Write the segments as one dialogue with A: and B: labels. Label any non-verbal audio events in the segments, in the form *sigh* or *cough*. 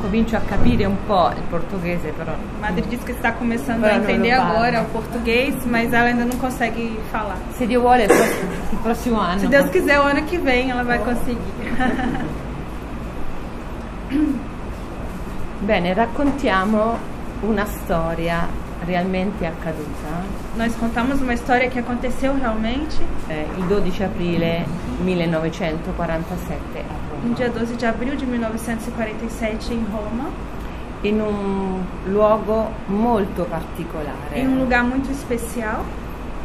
A: comincio a capire un po' il portoghese, però.
B: Madre diz que está começando
A: Vai
B: a
A: no
B: entender
A: lugar.
B: agora o português, mas ela ainda não consegue falar.
A: Se Dio vuole, il prossimo- il prossimo anno.
B: Se Deus quiser, o ano que vem ela vai conseguir.
A: Bene, raccontiamo una storia realmente accaduta
B: Nós contamos uma história que aconteceu realmente
A: eh, il 12 aprile 1947 a
B: no
A: Roma,
B: dia 12 de abril de 1947 em Roma,
A: in un luogo molto particolare
B: em um lugar muito especial,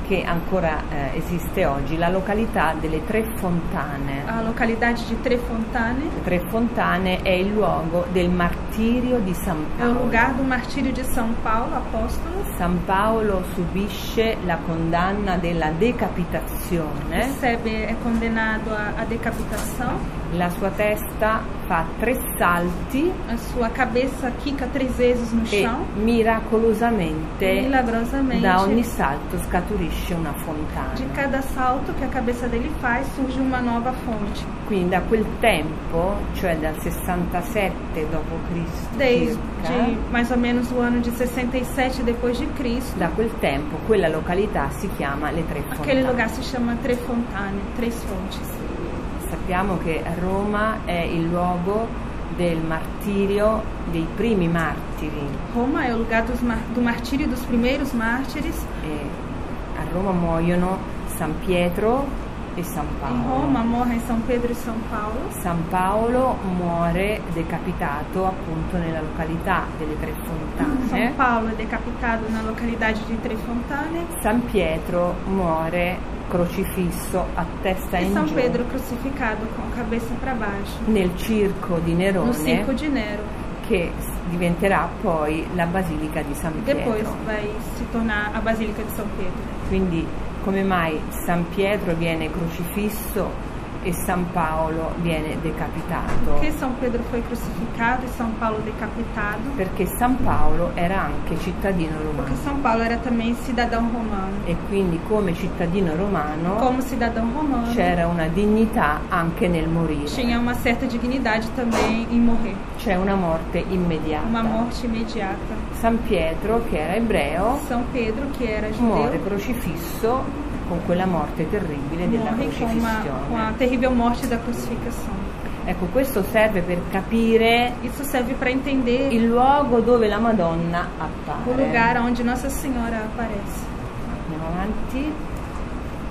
A: che ancora eh, esiste oggi, la località delle Tre Fontane.
B: a localidade de Trefontane.
A: Le Tre Fontane è il luogo del martirio di San
B: É o
A: Paolo.
B: lugar do martírio de São Paulo, apóstolo.
A: San Paolo subisce la condanna della decapitazione.
B: Recebe, é condenado à à decapitação.
A: La sua testa fa tre salti
B: A sua cabeça quica três vezes no
A: e
B: chão.
A: miracolosamente
B: Milagrosamente,
A: da ogni salto scaturisce una fontana.
B: de cada salto que a cabeça dele faz, surge uma nova fonte.
A: Quindi da quel tempo, cioè dal 67 d.C.,
B: Desde mais ou menos o ano de 67 depois de Cristo,
A: da quel tempo quella località si chiama Le Tre
B: aquele
A: Fontane.
B: lugar se chama Trefontane, Três Fontes.
A: Sappiamo che Roma è il luogo del martirio dei primi martiri.
B: Roma é o lugar dos mar- do martírio dos primeiros mártires.
A: E a Roma muoiono San Pietro e San
B: Em
A: Paolo.
B: Roma morrem São Pedro e São Paulo.
A: San Paolo muore decapitato appunto nella località delle Tre
B: São
A: Fontane.
B: Paulo é decapitado na localidade de Trefontane.
A: San Pietro muore crocifisso a testa
B: E
A: in
B: São
A: giù
B: Pedro crucificado com a cabeça para baixo,
A: nel circo di
B: no
A: Nerone
B: circo de Nero.
A: che s- diventerà poi la Basilica di San Pietro.
B: Depois vai se tornar a Basílica de São Pedro.
A: Quindi come mai San Pietro viene crocifisso e San Paolo viene decapitato?
B: Porque São Pedro foi crucificado e São Paulo decapitado.
A: Perché San Paolo era anche cittadino
B: Porque
A: romano
B: São Paulo era também cidadão romano.
A: e quindi come cittadino romano
B: Como cidadão romano,
A: c'era una dignità anche nel morire,
B: tinha uma certa dignidade também em morrer.
A: c'è una morte
B: Uma
A: immediata.
B: morte imediata.
A: San Pietro, che era ebreo,
B: São Pedro, que era
A: muore
B: judeu,
A: crocifisso con quella morte terribile della
B: morre com, uma, com a
A: crocifissione.
B: terrível morte da crucificação.
A: Ecco, questo serve per capire
B: Isso serve para entender
A: il luogo dove la Madonna
B: o
A: appare.
B: lugar onde Nossa Senhora aparece.
A: Andiamo avanti.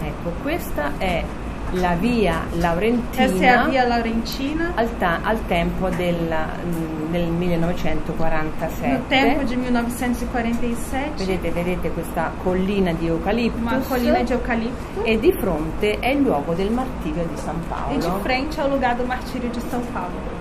A: Ecco, questa è la via
B: Essa é a
A: Laurentina
B: Via Laurentina,
A: al, ta- al tempo della- del
B: no
A: 1947.
B: tempo de 1947,
A: Vedete, vedete questa collina di eucaliptus
B: uma colina de eucalipto,
A: e di fronte è il luogo del martirio di San
B: e de
A: Paolo.
B: frente ao lugar do martírio de São Paulo.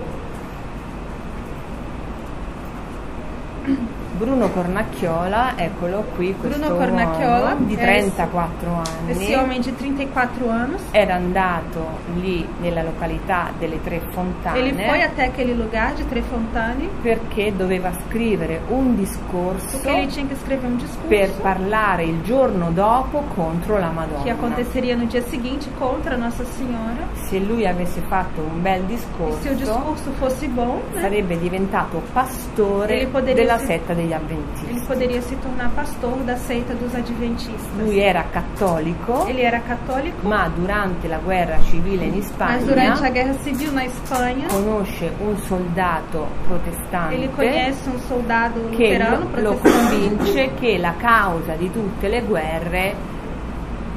A: Bruno Cornacchiola, eccolo qui, questo
B: Bruno Cornacchiola,
A: uomo di
B: eh,
A: 34
B: Esse
A: anni,
B: homem de 34 anos,
A: era andato lì nella località delle Tre
B: ele foi
A: Fontane
B: até aquele lugar de Trefontane,
A: perché doveva scrivere un discorso
B: porque ele tinha que escrever um discurso
A: per parlare il giorno dopo contro la
B: que
A: Madonna.
B: aconteceria no dia seguinte contra Nossa Senhora.
A: Se lui avesse fatto un bel
B: E se
A: discorso,
B: o discurso fosse bom, né,
A: sarebbe diventato
B: Ele
A: pastore
B: poderia
A: della
B: si-
A: setta degli avventisti.
B: ele poderia se tornar pastor da seita dos adventistas.
A: Lui era cattolico,
B: Ele era católico,
A: ma durante la guerra civile in
B: mas durante a
A: Spagna
B: guerra civil na Espanha,
A: conosce un soldato
B: ele
A: protestante
B: conhece um soldado
A: che lo,
B: luterano
A: lo
B: protestante
A: convince che la causa di tutte le guerre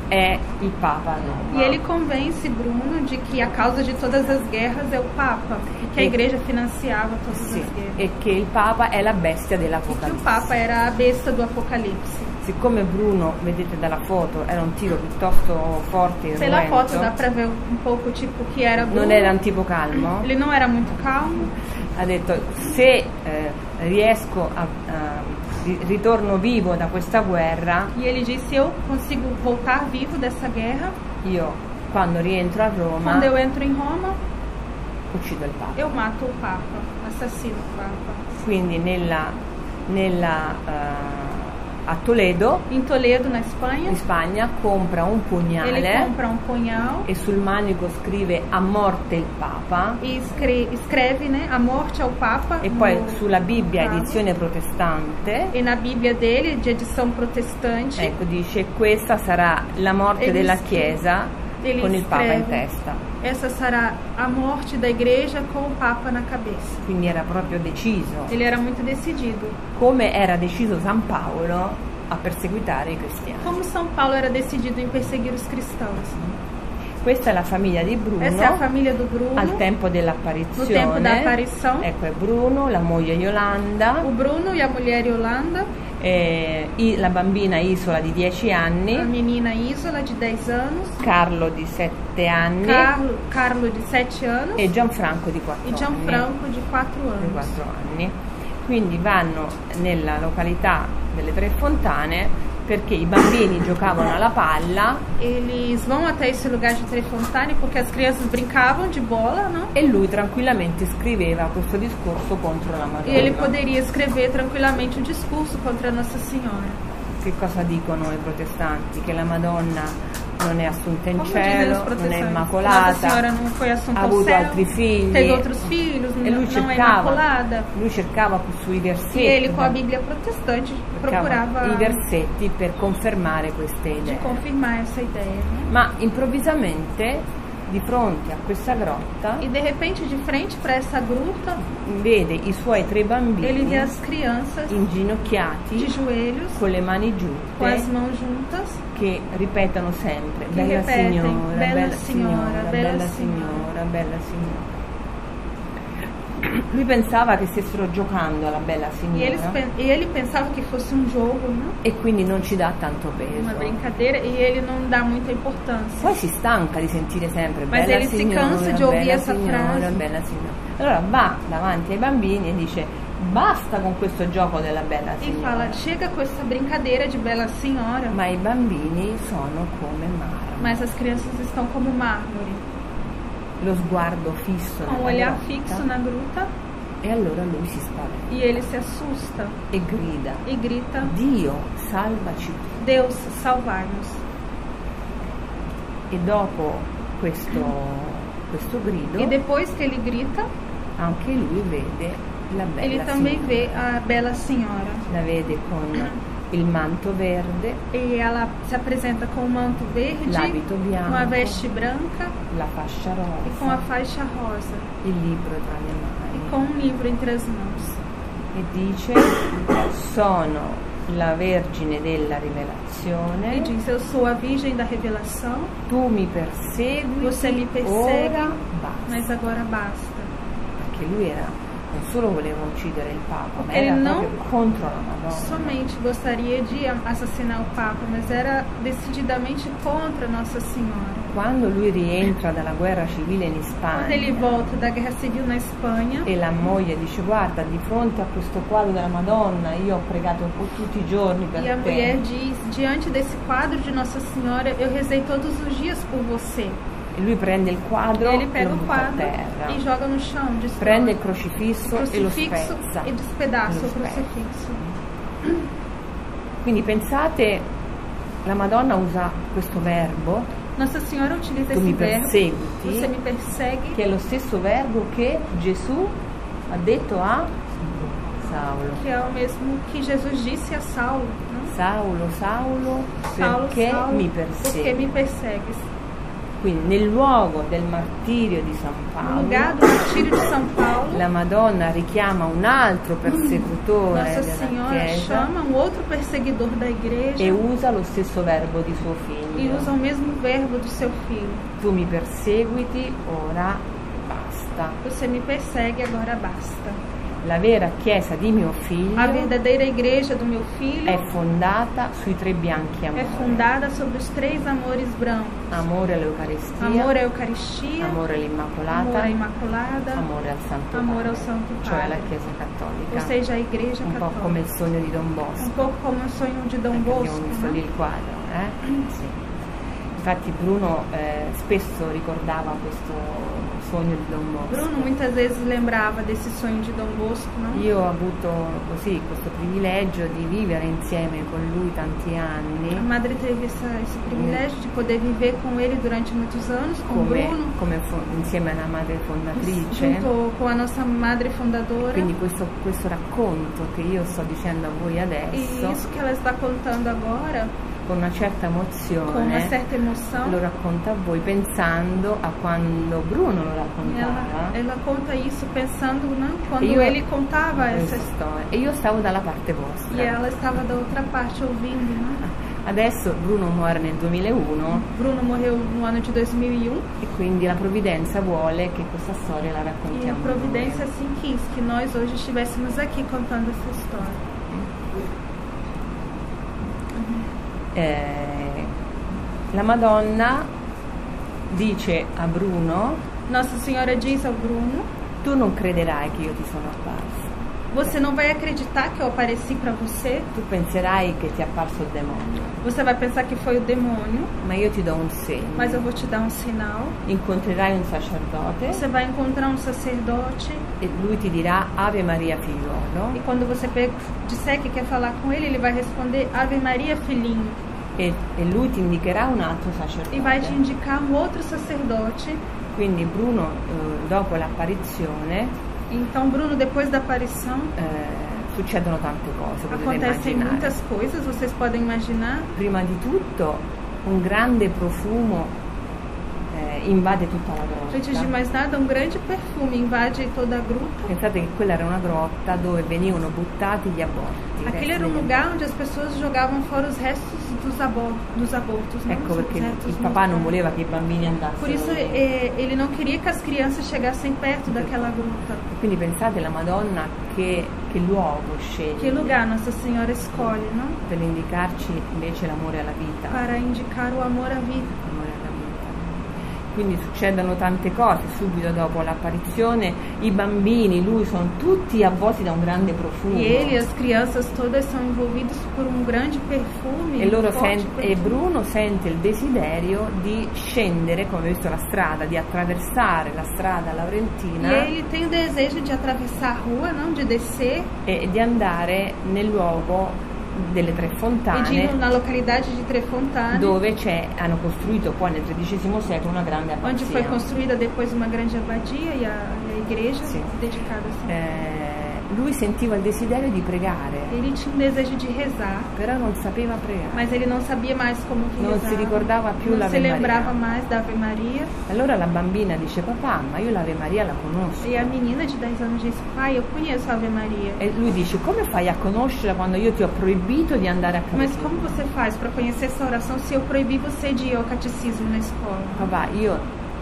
A: è il Papa a Roma.
B: e ele convence Bruno de que a causa de todas as guerras é o Papa, e que a
A: E-
B: igreja financiava todas
A: Sì,
B: as guerras.
A: e che il Papa è la bestia
B: E que o
A: dell'Apocalisse.
B: Papa era a besta do Apocalipse.
A: Siccome Bruno, vedete dalla foto, era un tiro piuttosto forte e
B: Pela foto dá
A: ruento,
B: pra ver um pouco tipo que era Bruno.
A: non é, então. era un tipo calmo,
B: Ele não era muito calmo.
A: ha detto se eh, riesco a, a- ri- ritorno vivo da questa guerra
B: E ele disse: Eu consigo voltar vivo dessa guerra.
A: io quando rientro a Roma
B: Quando eu entro em Roma,
A: uccido il Papa
B: eu mato o Papa, assassino o Papa.
A: quindi nella, nella, eh, a Toledo,
B: Em Toledo, na Espanha,
A: in Spagna, compra un pugnale
B: ele compra um punhal
A: e sul manico scrive a morte il Papa
B: e escre- escreve né, a morte ao Papa.
A: e poi
B: no-
A: sulla Bibbia
B: Mm. Ah.
A: edizione protestante
B: E na Bíblia dele, de edição protestante,
A: ecco, dice questa sarà la morte
B: E gli
A: della
B: scri-
A: Chiesa
B: e gli
A: con il Papa in
B: scrive.
A: testa.
B: essa será a morte da igreja com o Papa na cabeça.
A: Quindi era proprio deciso.
B: Ele era muito decidido.
A: come era deciso San Paolo a perseguitare i cristiani.
B: Como São Paulo era decidido em perseguir os cristãos.
A: Questa è la famiglia di Bruno
B: Essa é a família do Bruno.
A: al tempo
B: No tempo
A: dell'apparizione.
B: dell'apparizione.
A: Ecco, è Bruno, la moglie Yolanda,
B: O Bruno e a mulher Yolanda,
A: eh, i- la bambina Isola di 10
B: a
A: anni,
B: menina Isola, de 10 anos,
A: Carlo di 7 anni
B: Carlo, Carlo de 7 anos
A: e Gianfranco di 4
B: e
A: anni.
B: Gianfranco, de 4
A: Di
B: anos.
A: 4 anni. Quindi vanno nella località delle Tre Fontane perché i bambini giocavano alla palla
B: Eles vão até esse lugar de Trefontane porque as crianças brincavam de bola, né? não?
A: E lui tranquillamente scriveva questo discorso contro la
B: E ele
A: Madonna.
B: poderia escrever tranquilamente um discurso contra Nossa Senhora.
A: Che cosa dicono i protestanti? Che la Madonna non è assunta in
B: Como dizem os
A: cielo, non è
B: protestantes, Nossa Senhora
A: immacolata.
B: não foi assunta
A: né, ha
B: ao
A: avuto
B: céu,
A: altri figli.
B: teve outros filhos,
A: E
B: não,
A: lui
B: não é
A: cercava,
B: imaculada.
A: lui cercava sui
B: E ele,
A: versetti,
B: com a Bíblia protestante,
A: cercava
B: procurava
A: i versetti per confermare queste
B: de
A: idee.
B: confirmar essa ideia. né?
A: Ma improvvisamente, di fronte a questa grotta,
B: E de repente, de frente para essa gruta,
A: vede i suoi tre
B: ele vê
A: bambini
B: as crianças de
A: inginocchiati
B: joelhos,
A: con le mani
B: com
A: giunte
B: as mãos juntas,
A: che ripetono sempre
B: Che
A: bella
B: ripete,
A: signora,
B: "Bella
A: bella
B: signora,
A: signora,
B: bella
A: bella signora, bella signora. Lui pensava che stessero giocando alla bella
B: e, eles,
A: signora
B: pen- e ele pensava que fosse um jogo, né?
A: e quindi non ci dà tanto
B: uma
A: peso.
B: brincadeira, e ele não dá muita importância.
A: Poi si stanca di sentire sempre
B: Ma
A: bella
B: se si
A: signora,
B: cansa di obbedire
A: bella
B: a sta
A: signora,
B: frase.
A: bella signora. Allora va davanti ai bambini e dice basta con questo gioco della bella
B: E
A: signora.
B: fala, chega com essa brincadeira de Bela Senhora,
A: Ma i bambini sono come mare.
B: mas as crianças estão como mármore,
A: Lo sguardo fisso
B: com
A: nella
B: um olhar
A: grotta.
B: fixo na gruta,
A: E allora lui si spaventa
B: e ele se assusta
A: e grida,
B: e grita:
A: Dio salvaci.
B: Deus, salvar-nos.
A: E dopo questo, questo grido
B: E depois que ele grita,
A: anche lui vede la bella
B: ele também
A: signora.
B: vê a Bela Senhora.
A: La vede con il manto verde,
B: E ela se apresenta com o manto verde,
A: l'abito
B: com a
A: bianco,
B: veste branca
A: la fascia rossa,
B: e com a faixa rosa,
A: il libro tra le mani
B: e com um livro entre as mãos.
A: e dice sono la Vergine della Revelazione,
B: E diz: Eu sou a Virgem da Revelação,
A: tu mi persegui,
B: Você mi persegue,
A: ora basta.
B: mas agora basta.
A: perché lui era non solo voleva uccidere il Papa, ma
B: E
A: era
B: non-
A: proprio contro la Madonna.
B: Somente gostaria de assassinar o Papa, mas era decididamente contra Nossa Senhora.
A: Quando lui rientra dalla guerra civile in
B: Quando ele
A: Spagna
B: volta da guerra civil na Espanha,
A: e la moglie dice guarda di fronte a questo quadro della Madonna io ho pregato un po' tutti i giorni per
B: e a mulher
A: te
B: diz: Diante desse quadro de Nossa Senhora, eu rezei todos os dias por você.
A: e lui prende il quadro
B: ele
A: e
B: pega
A: lo
B: o
A: butta a
B: quadro e
A: terra
B: joga no chão,
A: prende
B: destrói
A: il crucifisso, e lo
B: crucifixo
A: spezza
B: e despedaça
A: Lo
B: o
A: spezza.
B: crucifixo.
A: quindi pensate la Madonna usa questo verbo
B: Nossa Senhora utiliza
A: tu mi
B: esse verbo: Você
A: perseguiti
B: me persegue,
A: che è lo stesso verbo che Gesù ha detto a Saulo.
B: que é o mesmo que Jesus disse a Saulo: né?
A: Saulo, Saulo,
B: Saulo,
A: perché
B: Saulo,
A: mi
B: porque
A: persegui?
B: me persegues.
A: Quindi nel luogo del martirio di San
B: No
A: Paolo,
B: um lugar do Martírio de São Paulo,
A: la Madonna richiama un altro persecutore
B: Nossa
A: della
B: Senhora
A: Chiesa
B: chama um outro perseguidor da
A: e
B: igreja
A: usa lo stesso verbo di suo
B: e usa
A: figlio.
B: o mesmo verbo do seu filho.
A: Tu mi perseguiti, ora basta.
B: Você me persegue, agora basta.
A: La vera Chiesa di mio
B: A
A: figlio
B: verdadeira igreja do meu filho
A: è fondata sui tre bianchi
B: é
A: amori.
B: fundada sobre os três amores brancos:
A: Amore all'Eucaristia,
B: amor à Eucaristia,
A: amore
B: amor à
A: all'Immacolata,
B: Imaculada,
A: amore al Santo
B: amor ao
A: Padre,
B: Santo
A: cioè alla
B: Padre.
A: Chiesa Cattolica.
B: Ou seja, a igreja
A: un po' come
B: católica.
A: il sogno di Don Bosco.
B: Um pouco como o sonho de Dom
A: perché
B: Bosco.
A: Abbiamo visto lì
B: né?
A: il quadro, eh? Sì. Infatti Bruno eh, spesso ricordava questo sogno di Don Bosco.
B: Bruno muitas vezes lembrava desse sonho de Dom Bosco, não?
A: Io ho avuto così questo privilegio di vivere insieme con lui tanti
B: A
A: anni
B: madre teve essa- esse privilégio de poder viver com ele durante muitos anos, com
A: come,
B: Bruno,
A: come fo- insieme alla madre fondatrice.
B: junto com a nossa madre fundadora.
A: Quindi questo, questo racconto che io sto dicendo a voi
B: E
A: adesso
B: isso que ela está contando agora,
A: con una certa
B: com uma
A: emozione
B: certa emoção,
A: lo racconta a voi pensando a quando Bruno lo
B: ela,
A: raccontava
B: ela conta isso pensando não, quando
A: E eu-
B: ele contava
A: questa
B: essa história.
A: storia. e io stavo dalla parte
B: E
A: vostra.
B: ela estava da outra parte ouvindo, né?
A: Adesso Bruno muore nel 2001
B: Bruno morreu no ano de 2001
A: e quindi la provvidenza vuole che questa storia la
B: e a
A: raccontiamo. noi.
B: Providência assim quis que nós hoje estivéssemos aqui contando essa história.
A: Eh, la Madonna dice a Bruno,
B: Nossa Senhora diz ao Bruno:
A: tu non crederai che io ti sono apparsa,
B: Você não vai acreditar que eu apareci para você?
A: tu penserai che ti è apparso il demonio,
B: Você vai pensar que foi o demônio,
A: ma io ti do un segno.
B: mas eu vou te dar um sinal.
A: Incontrerai un sacerdote
B: Você vai encontrar um sacerdote
A: e lui ti dirà Ave Maria figliuolo
B: e quando você pe- disser que quer falar com ele, ele vai responder Ave Maria, filhinho,
A: e, e lui ti indicherà un altro
B: e vai te
A: sacerdote.
B: indicar um outro sacerdote.
A: Quindi Bruno, eh, dopo l'apparizione,
B: Então, Bruno, depois da aparição,
A: eh, succedono tante cose, potete
B: acontecem
A: immaginare.
B: muitas coisas, vocês podem imaginar.
A: Prima di tutto un grande profumo eh, invade tutta la
B: Antes de
A: grotta.
B: mais nada, um grande perfume invade toda a gruta.
A: Pensate che quella era una grotta dove venivano buttati gli aborti. i resti
B: Aquele era um
A: degli
B: lugar onde as pessoas jogavam fora os restos dos, abor dos abortos.
A: aborti.
B: Não?
A: Ecco
B: Os
A: perché
B: restos
A: il
B: dos
A: papà non
B: abortos.
A: voleva che i bambini andassero.
B: Por isso,
A: lì.
B: eh, ele não queria que as crianças chegassem perto daquela gruta.
A: Quindi pensate la Madonna che, che luogo
B: Que
A: sceglie
B: lugar Nossa Senhora escolhe, não?
A: per indicarci invece l'amore alla vita.
B: Para indicar o amor à vida.
A: L'amore alla vita. Quindi succedono tante cose subito dopo l'apparizione, i bambini, lui, sono tutti avvolti da un grande profumo.
B: E ele e as crianças todas são envolvidos por um grande perfume.
A: E, loro
B: um forte
A: sen- e
B: perfume.
A: Bruno sente il desiderio di scendere, come ho visto la strada, di attraversare la strada
B: E
A: laurentina e,
B: ele tem o desejo de atravessar a rua, não? De descer
A: e di andare nel luogo delle tre
B: e de ir
A: fontane
B: na localidade de Trefontane,
A: dove c'è, hanno costruito qua nel XIII secolo una grande
B: onde foi
A: abbazia.
B: construída depois uma grande abadia e a, e a igreja
A: Sim.
B: dedicada a São
A: Eh, lui sentiva il desiderio di pregare,
B: Ele tinha um desejo de rezar,
A: però non sapeva pregare.
B: mas ele não sabia mais como que
A: Não
B: rezar.
A: se recordava più
B: Não
A: l'Ave
B: se lembrava
A: Maria.
B: mais da Ave Maria.
A: Allora la bambina dice papà, ma io l'Ave Maria la conosco.
B: E a menina de 10 anos disse: Pai, eu conheço a Ave Maria.
A: E lui dice come fai a conoscerla quando io ti ho proibito di andare a
B: Mas
A: catecismo?
B: como você faz para conhecer essa oração se eu proibi você de ir ao catecismo na escola?
A: Papà, io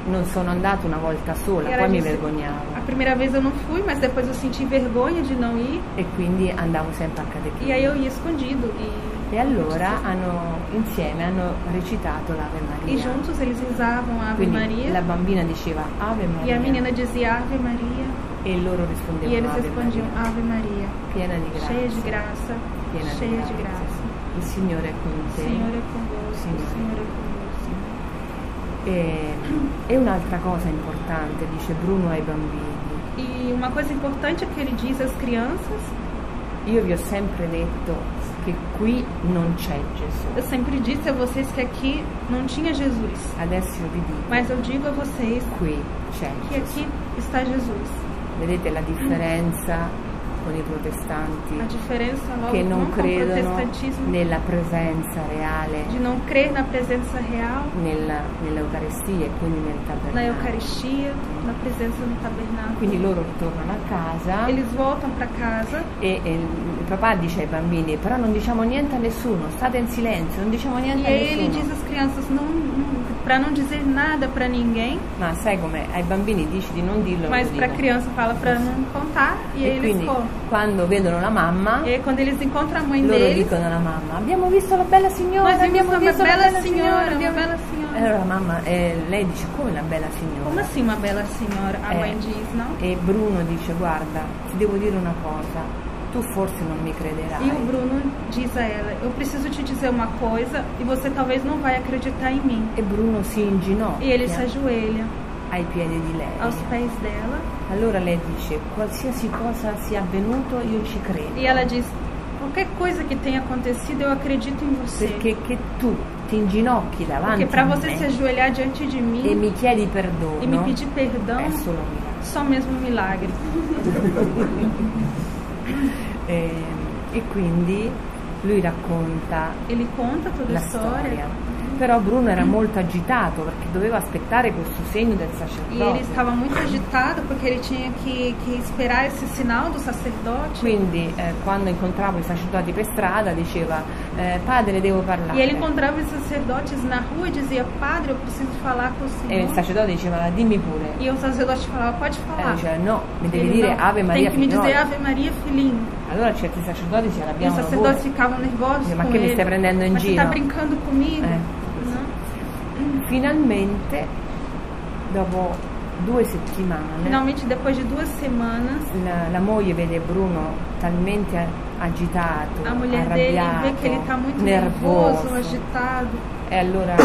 A: non sono andata una volta sola,
B: Era
A: poi mi
B: giusto. A
A: vergognavo
B: primeira vez eu não fui, mas depois eu senti vergonha de não ir.
A: e quindi andavo sempre a
B: E
A: catechismo.
B: aí eu ia escondido. E,
A: E allora hanno, insieme hanno recitato l'Ave
B: e
A: Maria.
B: juntos eles rezavam a Ave
A: Quindi la
B: Maria.
A: bambina diceva Ave
B: E a
A: Maria
B: menina dizia Ave Maria.
A: e loro
B: E eles
A: rispondevano Ave
B: respondiam
A: Maria,
B: Ave Maria.
A: piena di
B: Cheia
A: grazia.
B: de graça.
A: Piena di
B: Cheia de
A: grazia.
B: graça.
A: Il Signore è con
B: O
A: te.
B: Senhor é convosco.
A: Sim.
B: O Senhor é convosco.
A: E, e un'altra cosa importante, dice Bruno ai bambini,
B: E uma coisa importante é que ele diz às crianças:
A: io vi ho sempre detto che qui non c'è
B: Eu
A: Gesù.
B: sempre disse a vocês que aqui não tinha Jesus.
A: Adesso io vi dico,
B: Mas eu digo a vocês
A: qui c'è
B: que
A: Gesù.
B: aqui está Jesus.
A: Vedete la differenza con i protestanti
B: A diferença logo
A: che
B: não
A: non
B: com o
A: credono
B: protestantismo
A: nella presenza reale,
B: de não crer na presenza real,
A: nella, nell'Eucaristia e quindi nel
B: na
A: tabernacolo.
B: Eucaristia, na presença no tabernáculo.
A: Quindi loro tornano a casa e,
B: Eles voltam para casa
A: e il papà dice ai bambini però non diciamo niente a nessuno, state in silenzio, non diciamo
B: e
A: niente
B: aí
A: a
B: ele
A: nessuno.
B: diz às crianças não, para não dizer nada para ninguém,
A: Ma sai come ai bambini dici di non dirlo,
B: mas
A: lo
B: para
A: dicono.
B: criança fala para não contar e,
A: né?
B: aí
A: E
B: eles
A: quindi
B: contam.
A: quando vedono la mamma,
B: E aí quando eles encontram a mãe
A: loro
B: deles,
A: dicono alla mamma: Abbiamo visto la bella signora,
B: nós vimos
A: abbiamo
B: uma
A: visto la
B: bela
A: bella
B: senhora, uma
A: abbiamo-
B: bela
A: E
B: senhora.
A: Allora la mamma, eh, lei dice: Come la bella signora?
B: Como assim uma bela senhora? A
A: É.
B: mãe diz, não?
A: E Bruno dice: Guarda, ti devo dire una cosa. tu forse non mi crederai.
B: E o Bruno diz a ela: Eu preciso te dizer uma coisa e você talvez não vai acreditar em mim.
A: E Bruno si inginocchia
B: E ele se ajoelha
A: ai piedi di lei.
B: aos pés dela
A: Allora lei dice, qualsiasi cosa sia avvenuto io ci credo,
B: e ela diz: Qualquer coisa que tenha acontecido, eu acredito em você.
A: perché che tu ti inginocchi davanti
B: Porque para
A: a
B: você se
A: me
B: ajoelhar diante de
A: e
B: mim
A: mi chiedi perdono,
B: e me pedir perdão,
A: è solo un miracolo.
B: só mesmo um milagre.
A: E, Ehm, e quindi lui racconta
B: Ele conta toda a
A: la
B: história.
A: storia. Però Bruno era molto agitato perché doveva aspettare questo segno del
B: E ele
A: sacerdote.
B: estava muito agitado porque ele tinha que, que esperar esse sinal do sacerdote.
A: Quindi eh, quando incontrava i sacerdoti per strada diceva eh, padre devo parlare.
B: E ele encontrava os sacerdotes na rua e dizia: Padre, eu preciso falar com o
A: E il
B: Senhor.
A: sacerdote diceva dimmi pure.
B: E o sacerdote falava: Pode
A: E
B: falar.
A: lui diceva Ah. no, mi devi
B: Ele,
A: dire
B: "Não,
A: Ave Maria
B: tem que me dizer
A: figliolo.
B: Ave Maria, filhinho.
A: Allora certi sacerdoti si
B: E os
A: arrabbiavano pure.
B: sacerdotes ficavam nervosos
A: Dice,
B: com
A: "Ma che mi
B: ele.
A: stai prendendo in
B: Mas você tá
A: giro?"
B: brincando comigo?
A: né, É.
B: Né?
A: Eh. Finalmente dopo due settimane
B: Finalmente, depois de duas semanas,
A: la, la moglie vede Bruno talmente a- agitato,
B: a mulher dele
A: arrabbiato,
B: vê que ele está muito
A: nervoso.
B: nervoso, agitado.
A: E allora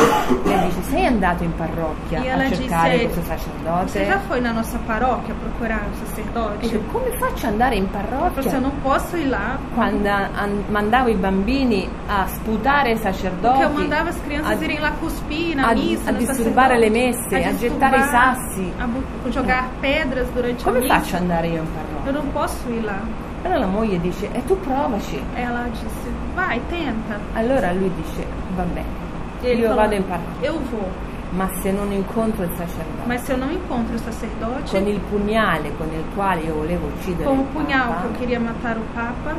A: lei dice: Sei andato in parrocchia
B: Io la
A: a cercare
B: disse-
A: questo
B: Você já
A: sacerdote?
B: foi na nossa paróquia procurar o
A: E
B: sacerdote?
A: dice, Come faccio ad andare in
B: Ela falou assim, eu
A: parrocchia?
B: não posso ir lá.
A: Quando an- mandavo i bambini a sputare i
B: Porque eu
A: sacerdoti,
B: mandava as crianças
A: a-
B: irem lá cuspir na
A: a-
B: missa,
A: a
B: no
A: disturbar
B: sacerdote,
A: le messe, a
B: disturbar,
A: gettare i sassi.
B: a bu- jogar pedras durante a
A: come
B: missa.
A: faccio ad andare io in parrocchia?
B: Eu não posso ir lá.
A: Allora la moglie dice: E tu provaci.
B: Ela disse, vai, tenta.
A: Allora lui dice: Va bene,
B: E ele
A: io
B: falou,
A: vado in parrocchia,
B: eu vou.
A: ma se non incontro il sacerdote.
B: Mas se eu não encontro o sacerdote,
A: Con il pugnale con il quale io volevo uccidere
B: com
A: il
B: o punhal que eu
A: Papa,
B: queria matar o Papa,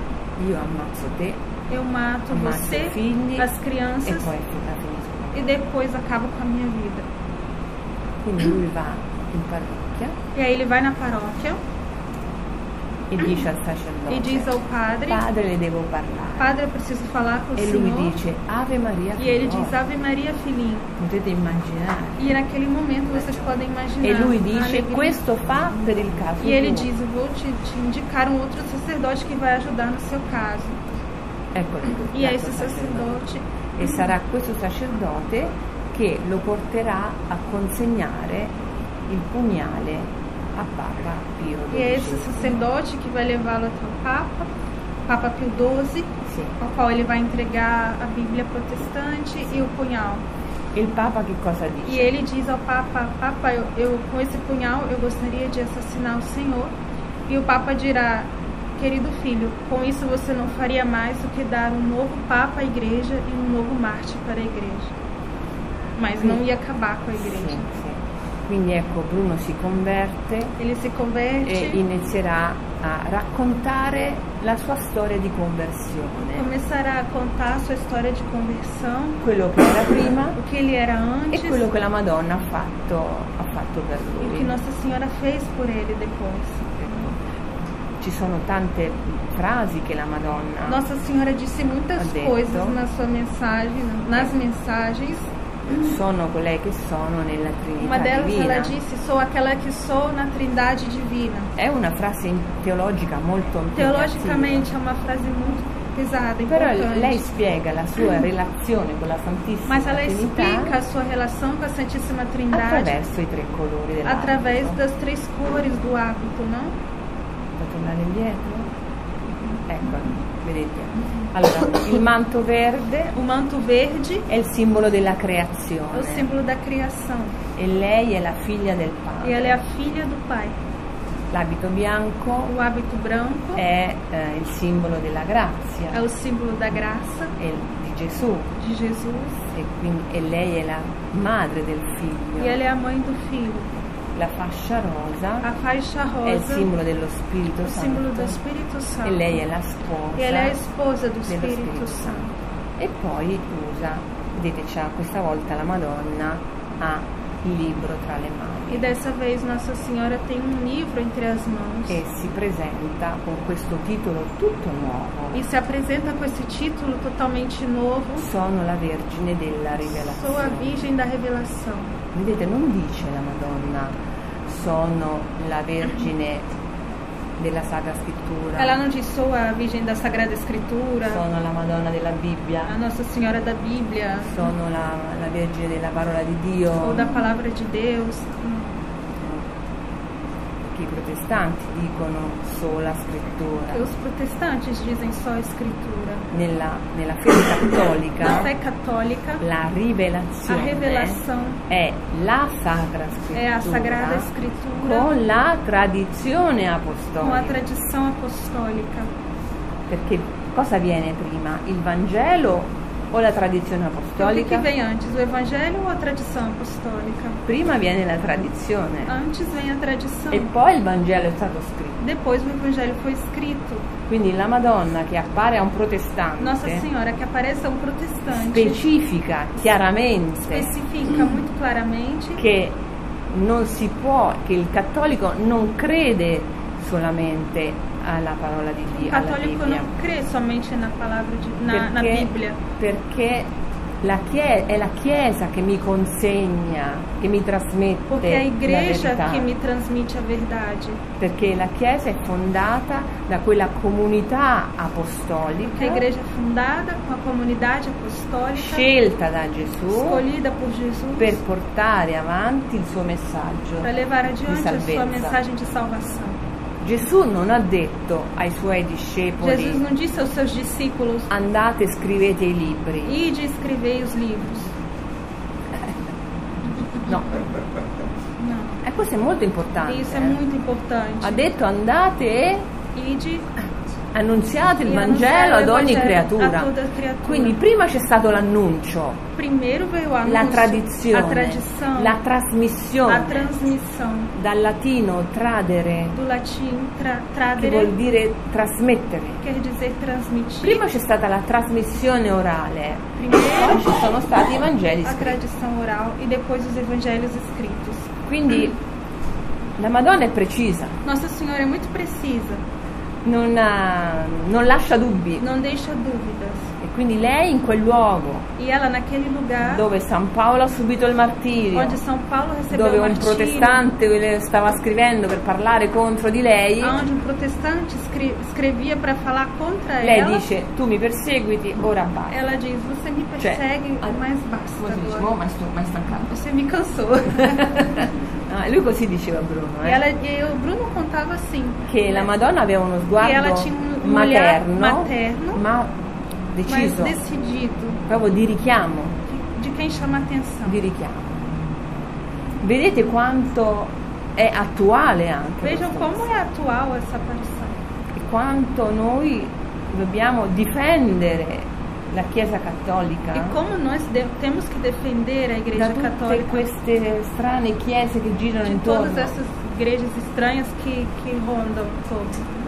A: io ammazzo te
B: eu mato
A: Mata
B: você,
A: o filho
B: as
A: e
B: crianças
A: poi ti capisco.
B: e depois acabo com a minha vida.
A: Quindi lui va in parrocchia
B: E aí ele vai na paróquia
A: e dice al
B: e diz ao
A: sacerdote:
B: padre,
A: é. Padre, le devo parlare.
B: padre, eu preciso falar com o
A: E lui
B: senhor.
A: dice: Ave Maria.
B: E ele diz,
A: figliuola".
B: Ave Maria, filhinho.
A: Potete immaginare.
B: E naquele momento vocês podem imaginar.
A: E lui
B: a
A: dice:
B: alegria.
A: Questo fa per il caso.
B: E ele
A: tuo".
B: diz, eu vou te, te indicar um outro sacerdote que vai ajudar no seu caso.
A: Eccolo qui,
B: E
A: l'altro
B: aí esse
A: Ecco, sacerdote.
B: sacerdote
A: E sarà questo sacerdote che lo porterà a consegnare il pugnale a Papa Pio
B: E é esse
A: XII.
B: sacerdote que vai levá-lo até o Papa, Papa Pio XII,
A: Sì.
B: ao qual ele vai entregar a Bíblia protestante e o punhal.
A: E il Papa che cosa dice?
B: E ele diz ao Papa, Papa, eu, eu- com esse punhal eu gostaria de assassinar o Senhor. E o Papa dirá, querido filho, com isso você não faria mais do que dar um novo Papa à igreja e um novo Marte para a igreja. Mas não ia acabar com a
A: Sì,
B: igreja.
A: sì. Quindi ecco, Bruno si converte
B: Ele
A: É,
B: se
A: e né?
B: converte,
A: inizierà a raccontare la sua storia di conversione,
B: começará a contar a sua história de conversão,
A: quello che era prima
B: o que ele era antes
A: e
B: e
A: quello che la Madonna ha fatto, ha fatto per
B: o que
A: lui.
B: Nossa Senhora fez por ele depois.
A: Ci sono tante frasi che la Madonna
B: Nossa Senhora disse muitas
A: Adentro.
B: coisas na sua mensagem, nas mensagens.
A: sono colei che sono nella Trinità
B: Uma delas ela
A: divina.
B: disse: Sou aquela que sou na Trindade Divina.
A: È una frase in- teologica molto
B: Teologicamente é uma frase muito pesada,
A: impegnativa. però
B: importante.
A: lei spiega la sua relazione con la Santissima
B: Mas ela explica
A: Trinità
B: a sua relação com a Santíssima Trindade
A: attraverso i tre colori dell'abito.
B: através das três cores do hábito, não?
A: Può tornare indietro? Ecco, vedete. Allora, il manto verde
B: O manto verde
A: è il simbolo della
B: é o
A: creazione
B: símbolo da criação
A: e lei è la figlia del
B: e ela é a
A: Padre.
B: filha do Pai.
A: L'abito bianco
B: O hábito branco
A: è eh, il simbolo della
B: é
A: grazia
B: o símbolo da graça
A: e di Gesù
B: de Jesus
A: e, quindi- e lei è la madre del figlio.
B: e ela é a mãe do Filho.
A: La fascia rosa
B: A faixa
A: è il
B: rosa
A: É
B: é
A: símbolo dello Spirito
B: o símbolo do
A: Santo
B: Espírito Santo.
A: e lei è la
B: E ela é a
A: sposa.
B: esposa do
A: dello Spirito
B: Espírito Santo.
A: Santo. E poi usa, vedete c'ha questa volta la Madonna ha il libro tra le mani
B: E dessa vez Nossa Senhora tem um livro entre as mãos
A: e si presenta con questo titolo tutto nuovo.
B: e se apresenta com esse título totalmente novo:
A: Sono la Vergine della
B: Sou a
A: Rivelazione.
B: Virgem da Revelação.
A: Vedete, non dice la Madonna sono la Vergine della Sacra Scrittura.
B: Ela não diz sou a Virgem da Sagrada Escritura,
A: Sono la Madonna della
B: a
A: Bibbia,
B: Nossa Senhora da Bíblia
A: sono la, la Vergine della Parola di
B: ou
A: Dio,
B: da Palavra de Deus.
A: perché i protestanti dicono sola Scrittura.
B: Os protestantes dizem só a Escritura.
A: Nella, nella fede
B: Na
A: cattolica
B: fé católica,
A: la
B: a
A: rivelazione
B: revelação
A: è la Sacra
B: é a Sagrada
A: Scrittura
B: Escritura
A: con la tradizione
B: com a
A: apostolica.
B: tradição apostólica.
A: Perché cosa viene prima? Il Vangelo o la tradizione
B: Então, o que, que
A: apostolica?
B: vem antes, o Evangelho ou a tradição apostólica?
A: Prima viene la tradizione
B: Antes vem a tradição,
A: e poi il Vangelo è stato scritto.
B: depois o Evangelho foi escrito.
A: Quindi la Madonna che appare a un protestante
B: Nossa Senhora que aparece a um protestante
A: specifica chiaramente
B: especifica muito claramente
A: che non si può, che il cattolico non crede solamente alla parola di
B: o
A: Dio, alla
B: católico
A: Bibbia.
B: não crê somente na palavra de, na, na
A: perché,
B: Bíblia,
A: perché la chie- è la Chiesa che mi consegna, che mi trasmette
B: porque é a
A: la
B: igreja
A: verità.
B: que me transmite a verdade,
A: Perché la Chiesa è fondata da quella comunità
B: que a
A: apostolica
B: igreja é fundada com a comunidade apostólica
A: scelta da Gesù
B: escolhida por Jesus
A: per portare avanti il suo messaggio.
B: para levar
A: di
B: adiante a
A: salvezza.
B: sua mensagem de salvação.
A: Gesù non ha detto ai suoi discepoli
B: Jesus não disse aos seus discípulos:
A: andate e scrivete i libri.
B: Ide e escrevei os livros.
A: No,
B: Não.
A: e questo è molto importante.
B: Isso é
A: eh.
B: muito
A: Ha
B: importante.
A: detto andate e
B: Ide
A: annunziate il
B: e
A: Vangelo
B: anunciare
A: ad
B: o
A: ogni
B: evangelho a
A: creatura.
B: toda criatura.
A: Quindi prima c'è stato l'annuncio,
B: Primeiro veio a
A: la tradizione,
B: a tradição,
A: la
B: a
A: trasmissione,
B: transmissão
A: dal latino tradere,
B: do latim tra,
A: che vuol
B: tradere,
A: dire trasmettere.
B: quer dizer transmitir.
A: Prima c'è stata la trasmissione orale, poi
B: Primeiro
A: ci sono stati i Vangeli
B: a
A: scritti.
B: tradição oral e depois os evangelhos escritos.
A: Quindi la Madonna è precisa,
B: Nossa Senhora é muito precisa,
A: non, ha- non lascia dubbi.
B: não deixa dúvidas.
A: E quindi lei in quel luogo
B: E ela naquele lugar
A: dove San Paolo ha subito il martirio,
B: onde São Paulo recebeu
A: dove
B: o
A: un
B: martírio,
A: protestante le stava scrivendo per parlare contro di lei,
B: onde um protestante escre- escrevia para falar contra
A: lei
B: ela,
A: dice tu mi perseguiti, ora vai.
B: ela diz: "Você me
A: Cioè,
B: persegue,
A: a-
B: mas basta
A: Come si dice?
B: agora."
A: Oh, ma sto ma è stancato.
B: Você me cansou.
A: No, e Ah, lui così diceva Bruno,
B: E,
A: eh,
B: ela, e o Bruno contava assim.
A: che la Madonna aveva uno
B: E ela
A: sguardo
B: tinha um olhar
A: materno,
B: materno,
A: ma
B: mas
A: deciso,
B: decidido,
A: proprio di richiamo,
B: que- de quem chama atenção.
A: di richiamo. Vedete quanto è attuale anche
B: Vejam
A: questo
B: como é atual essa aparição.
A: e quanto noi dobbiamo difendere la Chiesa
B: E
A: Cattolica
B: como nós de- temos que defender a
A: da
B: Igreja
A: tutte
B: Católica
A: queste strane chiese che girano
B: de todas
A: intorno.
B: essas igrejas estranhas que, que rondam todo.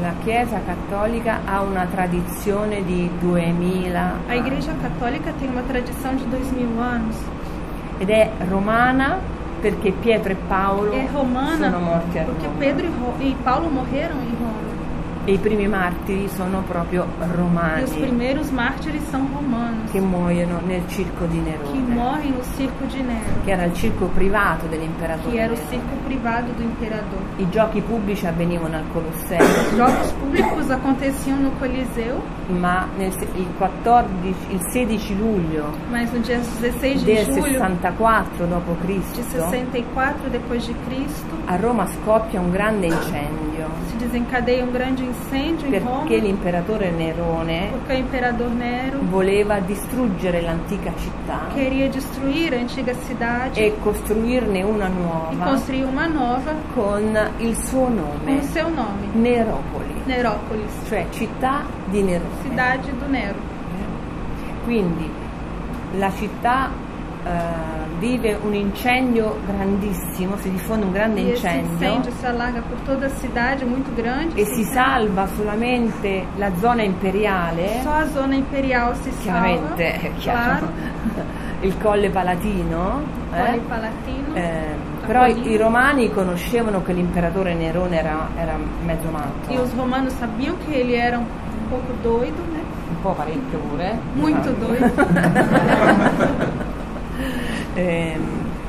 A: La Chiesa Cattolica ha una tradizione di 2000
B: A Igreja Católica tem uma tradição de dois mil anos.
A: anni ed è romana perché Pietro e Paolo
B: É romana
A: sono morti a
B: porque
A: Roma
B: Pedro e, Ro- e Paulo morreram em Roma.
A: e i primi martiri sono proprio
B: Ah, E os
A: romani
B: primeiros mártires são romanos.
A: che muoiono nel circo di Nerone.
B: que morrem no circo de Nero,
A: che era il circo privato dell'imperatore.
B: que era o
A: Nero.
B: circo privado do imperador.
A: I giochi pubblici avvenivano al Colosseo,
B: Os jogos públicos aconteciam no Coliseu,
A: ma nel se- il, 14 il 16 luglio
B: mas no dia 16 de
A: del
B: julho
A: 64
B: de
A: d.C.
B: 64 depois de Cristo,
A: a Roma scoppia un grande incendio
B: se desencadeia um grande incêndio em Roma,
A: perché l'imperatore Nerone
B: porque o imperador Nero
A: voleva distruggere l'antica città
B: queria destruir a antiga cidade
A: e costruirne una
B: e
A: nuova
B: construir uma nova
A: con il suo
B: com o
A: nome,
B: seu nome,
A: Neropoli,
B: Nerópolis,
A: cioè città di Nerone.
B: cidade do Nero.
A: Quindi la città eh, vive un incendio grandissimo, si diffonde un grande
B: E esse incêndio
A: incendio
B: se alarga por toda a cidade, muito grande.
A: e
B: se
A: si salva solamente la zona imperiale,
B: Só a zona imperial se salva.
A: chiaramente è chiaro,
B: é,
A: *laughs*
B: Claro, né?
A: il Colle Palatino. eh.
B: Poli Palatino.
A: Eh,
B: la
A: però i,
B: collina.
A: i romani conoscevano che l'imperatore Nerone era, era mezzo matto,
B: E os romanos sabiam que ele era um pouco doido, né?
A: un po' parecchio pure.
B: Muito
A: diciamo.
B: doido. *laughs*
A: Ehm,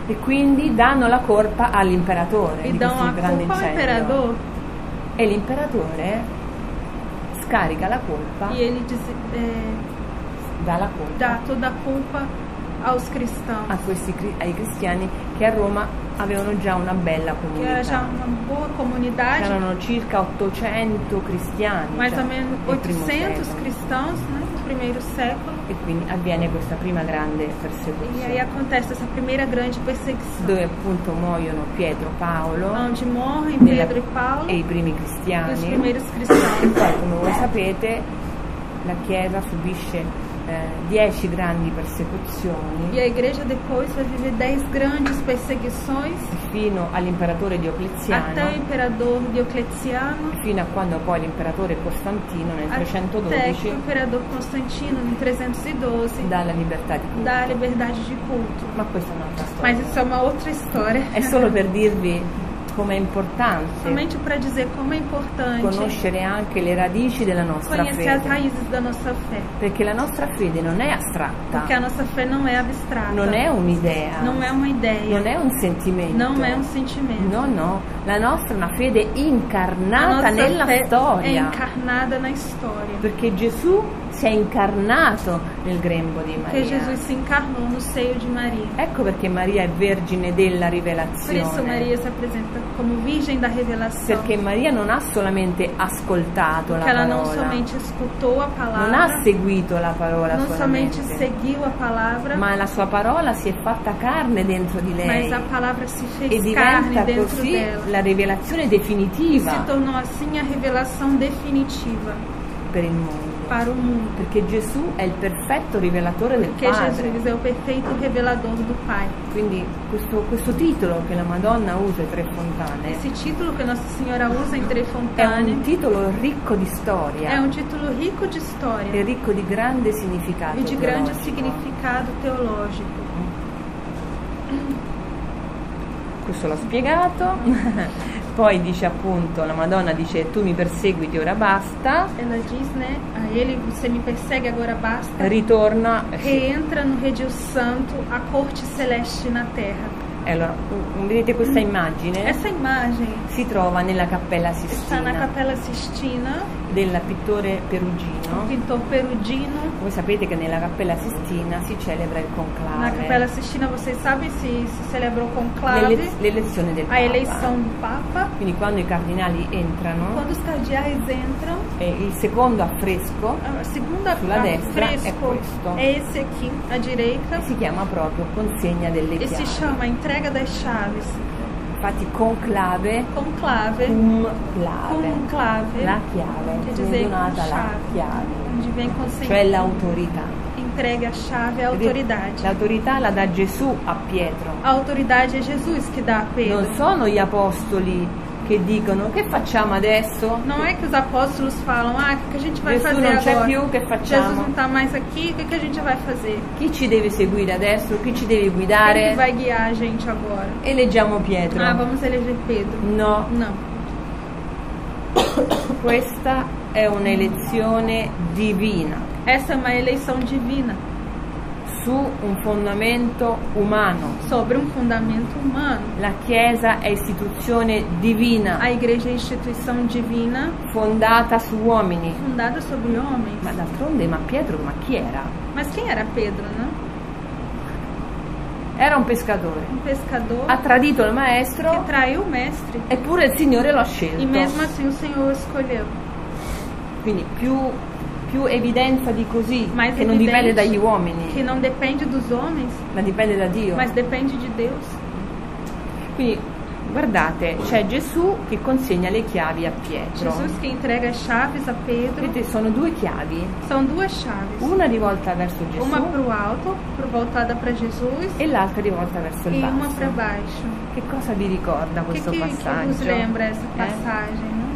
A: e quindi danno la colpa all'imperatore
B: E
A: di
B: dão
A: questo
B: a
A: grande
B: culpa ao
A: incendio.
B: imperador
A: e l'imperatore scarica la colpa,
B: E ele diz, é,
A: dà la colpa
B: dá toda a culpa aos cristãos,
A: a questi, cri- ai cristiani che a Roma avevano già una bella
B: que era já
A: comunità.
B: uma boa comunidade,
A: C'erano circa 800 cristiani,
B: mais
A: già
B: ou menos
A: nel primo
B: 800
A: secolo.
B: cristãos né, no primeiro século.
A: E quindi avviene questa prima grande
B: E aí
A: persecuzione,
B: acontece essa primeira grande perseguição,
A: dove appunto muoiono Pietro, Paolo
B: onde morrem
A: Nella-
B: Pedro e Paulo
A: e
B: e
A: i primi
B: os
A: cristiani.
B: primeiros cristãos.
A: Poi, come voi sapete, la Chiesa subisce eh, dieci grandi persecuzioni
B: E a igreja depois vai viver dez grandes perseguições
A: fino all'imperatore
B: até o
A: Diocleziano,
B: imperador Diocleziano,
A: fino a quando poi l'imperatore Costantino nel
B: até que o
A: 312
B: imperador Constantino, em 312,
A: dà la libertà di culto.
B: dá a liberdade de culto.
A: Ma questa è un'altra storia.
B: Mas isso é uma outra história.
A: *laughs* È solo per dirvi com'è importante
B: Somente para dizer como é importante
A: conoscere anche le radici della nostra
B: conhecer as
A: fede,
B: raízes da nossa fé.
A: perché la nostra fede non è
B: Porque a
A: astratta,
B: nossa fé não é abstrata,
A: non è un'idea,
B: não é uma
A: non
B: ideia,
A: è un sentimento.
B: não é um sentimento.
A: No, no, la nostra è una fede incarnata
B: a
A: nella
B: nossa fé é
A: storia,
B: encarnada na história.
A: perché Gesù si è incarnato nel grembo di
B: Porque
A: Maria.
B: Jesus se encarnou no seio de Maria.
A: Ecco perché Maria è vergine della
B: Por isso
A: rivelazione,
B: Maria se apresenta como Virgem da Revelação.
A: perché Maria non ha solamente ascoltato la
B: Porque ela non
A: parola,
B: somente escutou a
A: non ha
B: palavra,
A: seguito la parola
B: não somente
A: solamente,
B: seguiu a palavra,
A: ma la sua parola si è fatta carne dentro di lei
B: mas a palavra se
A: e
B: fez carne
A: diventa
B: dentro
A: così
B: dela.
A: la rivelazione
B: E se
A: definitiva
B: tornou assim a revelação definitiva
A: per il mondo.
B: para o mundo.
A: Perché Gesù è il perfetto rivelatore del
B: Porque
A: Padre.
B: Jesus é o perfeito revelador do Pai.
A: Quindi questo, questo titolo che la Madonna usa, i Tre Fontane,
B: Esse título que Nossa Senhora usa em Tre
A: è un
B: Fontane
A: titolo ricco di
B: é
A: storia
B: um título rico de
A: e
B: história
A: ricco di grande significato.
B: e de grande
A: teologico.
B: significado teológico.
A: Questo l'ho spiegato. *laughs* Poi dice appunto, la Madonna dice tu mi perseguiti ora basta,
B: Ela diz, né? A ele, você me persegue agora, basta.
A: ritorna. eh,
B: Reentra no redil santo, a corte celeste na terra.
A: E Eh, allora, u- vedete
B: Mm.
A: questa immagine?
B: Essa imagem
A: Si trova nella Cappella
B: está na
A: Sistina
B: Capela Sistina,
A: del pittore
B: um
A: perugino.
B: pintor perugino.
A: Voi sapete che nella Cappella Sistina si celebra il
B: Na Capela
A: conclave,
B: Sistina, vocês sabem se se celebrou o conclave, Ah,
A: l'ele- l'elezione del
B: a
A: Papa.
B: eleição do Papa.
A: Quindi quando i cardinali entrano,
B: Quando os cardeais entram,
A: eh, il secondo affresco
B: a segunda
A: Sulla
B: a
A: destra é
B: fresco
A: questo.
B: é esse aqui, à direita.
A: si chiama proprio consegna delle
B: Esse se
A: chiavi.
B: chama Entrega das Chaves,
A: Infatti conclave,
B: conclave,
A: cum clave,
B: conclave.
A: la chiave,
B: Che
A: quindi
B: disegno
A: donata la
B: chiave.
A: chiave,
B: onde vem consegui-
A: cioè l'autorità.
B: entrega a chave à autoridade.
A: L'autorità la dà Gesù a Pietro.
B: A autoridade é Jesus que dá a Pedro.
A: Non sono gli apostoli che dicono che facciamo adesso?
B: Não é que os apóstolos falam, ah, o que que a gente vai
A: Jesus
B: fazer
A: não c'è
B: agora?
A: più, che facciamo?
B: Jesus não está mais aqui, o que que a gente vai fazer?
A: Chi ci deve seguire adesso? Chi ci deve
B: Quem que
A: guidare?
B: vai guiar a gente agora?
A: Eleggiamo Pietro.
B: Ah, vamos eleger Pedro.
A: No,
B: Não.
A: Questa è un'elezione divina
B: Essa é uma eleição divina
A: su un fondamento umano.
B: sobre um fundamento humano.
A: La Chiesa è istituzione divina
B: A igreja é instituição divina
A: fondata su uomini.
B: fundada sobre homens.
A: Ma d'altronde, ma Pietro, ma chi era?
B: Mas quem era Pedro, né?
A: Era un pescatore.
B: Um pescador
A: Ha tradito il
B: que
A: maestro,
B: traiu o mestre
A: eppure il Signore lo ha
B: e mesmo
A: scelto.
B: assim o Senhor o escolheu.
A: Quindi più, più evidenza di così,
B: Mais
A: che non
B: evidente.
A: dipende dagli
B: que
A: uomini,
B: não depende dos homens,
A: ma dipende da Dio.
B: mas depende de Deus.
A: Quindi guardate, c'è Gesù che consegna le chiavi a Pietro.
B: Jesus que entrega as chaves a Pedro.
A: Vedete, sono due chiavi,
B: São duas chaves,
A: una rivolta verso Gesù
B: uma para o alto, pro voltada para Jesus,
A: e l'altra rivolta verso il
B: e uma para
A: basso.
B: baixo.
A: Che cosa vi ricorda
B: O que,
A: questo
B: que, que nos
A: passaggio?
B: lembra essa
A: Eh?
B: passagem? Né?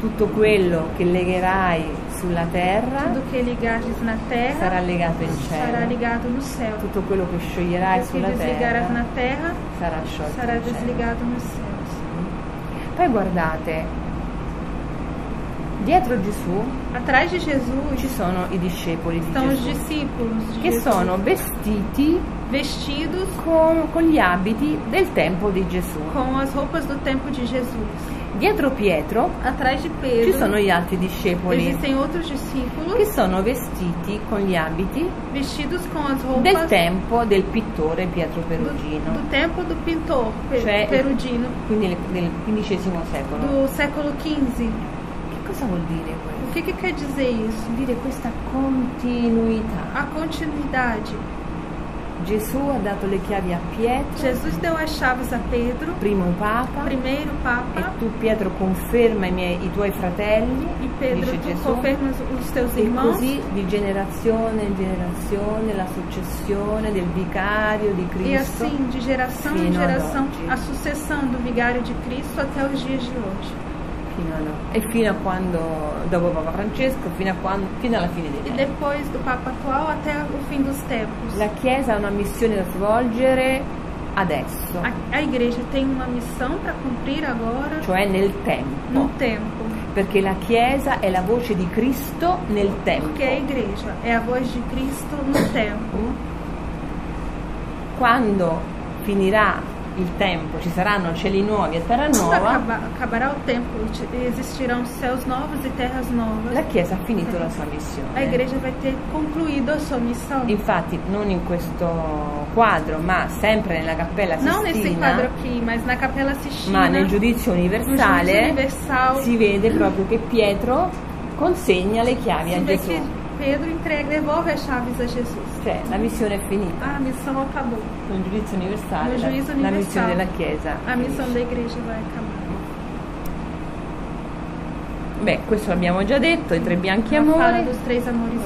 A: Tutto quello che legherai sulla terra
B: Tudo que ligares na
A: sarà
B: terra
A: legato in
B: será
A: cielo.
B: ligado no Ah. céu.
A: Tutto quello che
B: E
A: scioglierai
B: o que
A: sulla
B: desligaras na
A: terra
B: terra
A: sarà sciolto.
B: será
A: in cielo.
B: desligado nos céus.
A: Poi guardate, dietro Gesù
B: Atrás de
A: ci
B: Jesus
A: sono i discepoli di
B: estão os
A: Gesù
B: discípulos de
A: che
B: Jesus,
A: sono vestiti
B: vestidos
A: con, con gli abiti del tempo di Gesù.
B: com as roupas do tempo de Jesus.
A: Dietro Pietro
B: Atrás de
A: ci
B: Pedro
A: sono gli altri discepoli
B: existem outros
A: che
B: discípulos
A: sono vestiti con gli abiti
B: vestidos com as
A: del
B: roupas
A: tempo del pittore Pietro
B: do,
A: Perugino,
B: do tempo do pintor Pe-
A: Cioè-
B: Perugino
A: quindi nel- nel XV secolo.
B: do século XV.
A: Che cosa vuol dire questo?
B: O que, que quer dizer isso?
A: Vuol dire questa continuità.
B: A continuidade.
A: Gesù ha dato le chiavi a Pietro,
B: Jesus deu as chaves a Pedro,
A: primo Papa,
B: primeiro Papa,
A: e tu Pietro conferma i, miei- i tuoi fratelli,
B: e Pedro,
A: dice
B: tu
A: Gesù.
B: confirmas os teus
A: E
B: irmãos.
A: così di generazione in generazione la successione del vicario di
B: E
A: Cristo
B: assim, de geração em
A: Fino ad
B: geração,
A: oggi.
B: a sucessão do vigário de Cristo até os dias de hoje.
A: fino a- e fino a quando, dopo Papa Francesco, fino, a quando, fino alla fine dei
B: E
A: tempi.
B: depois do Papa atual até o fim dos tempos.
A: La Chiesa ha una missione da svolgere adesso,
B: A, a igreja tem uma missão para cumprir agora,
A: cioè nel tempo,
B: no tempo.
A: perché la Chiesa è la voce di Cristo nel
B: Porque é a
A: tempo.
B: igreja, é a voz de Cristo no tempo.
A: Quando finirà il tempo, ci saranno cieli nuovi e terra
B: Quando
A: nuova,
B: acaba- acabará o tempo, te- existirão céus novos e terras novas.
A: la Chiesa ha finito la sua missione.
B: A igreja vai ter concluído a sua missão.
A: Infatti non in questo quadro, ma sempre nella Cappella
B: Não nesse quadro
A: Sistina,
B: aqui, mas na Capela
A: ma
B: Sistina,
A: nel
B: no
A: Giudizio
B: Juízo
A: Universale
B: Universal,
A: si vede proprio che Pietro consegna le chiavi
B: se
A: a
B: vê
A: Gesù.
B: que Pedro entrega, devolve as chaves a Jesus.
A: Cioè, la missione è finita.
B: A missão acabou.
A: Nel Giudizio Universale,
B: Nel
A: la,
B: Giudizio
A: la
B: Universale.
A: missione della Chiesa.
B: A missão da igreja vai acabar.
A: Beh, questo l'abbiamo già detto, i tre bianchi
B: A fala
A: amori.
B: dos três amores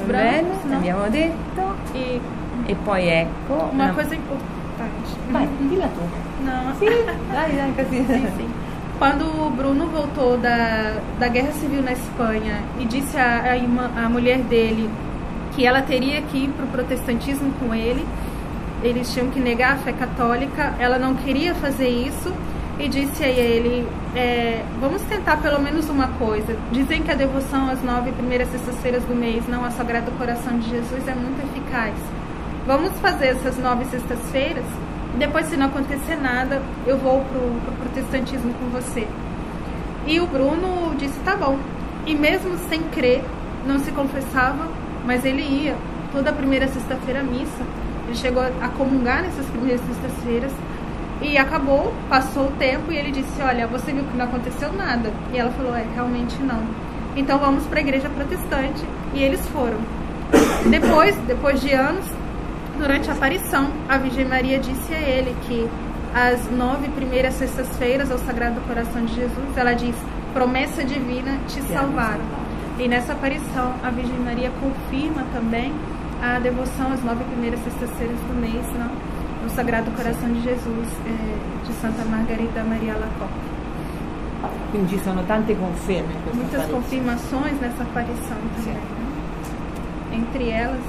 A: Bene,
B: brancos, não?
A: l'abbiamo detto.
B: E
A: E poi ecco...
B: uma
A: la-
B: coisa importante.
A: Vai, dilla
B: *laughs*
A: tu.
B: Não.
A: Sì, dai, dai, così.
B: *laughs* Sim, sim. Quando o Bruno voltou da, da guerra civil na Espanha e disse à à irmã- à mulher dele que ela teria que ir para o protestantismo com ele, eles tinham que negar a fé católica, ela não queria fazer isso e disse a ele: é, Vamos tentar pelo menos uma coisa. Dizem que a devoção às nove primeiras sextas-feiras do mês, não ao Sagrado Coração de Jesus, é muito eficaz. Vamos fazer essas nove sextas-feiras. Depois, se não acontecer nada, eu vou pro, pro protestantismo com você. E o Bruno disse: tá bom. E mesmo sem crer, não se confessava, mas ele ia toda primeira sexta-feira à missa. Ele chegou a comungar nessas primeiras sextas-feiras. E acabou, passou o tempo e ele disse: Olha, você viu que não aconteceu nada. E ela falou: É, realmente não. Então vamos para a igreja protestante. E eles foram. Depois, depois de anos, durante a aparição, a Virgem Maria disse a ele que as nove primeiras sextas-feiras ao Sagrado Coração de Jesus, ela diz: promessa divina te salvaram. E nessa aparição, a Virgem Maria confirma também a devoção às nove primeiras sextas-feiras do mês, não? No Sagrado Coração de Jesus, eh, de Santa Margarida Maria Lacoque.
A: Quindi ci sono tante conferme in questa
B: Muitas
A: apparizione.
B: confirmações nessa aparição também, né? Entre elas,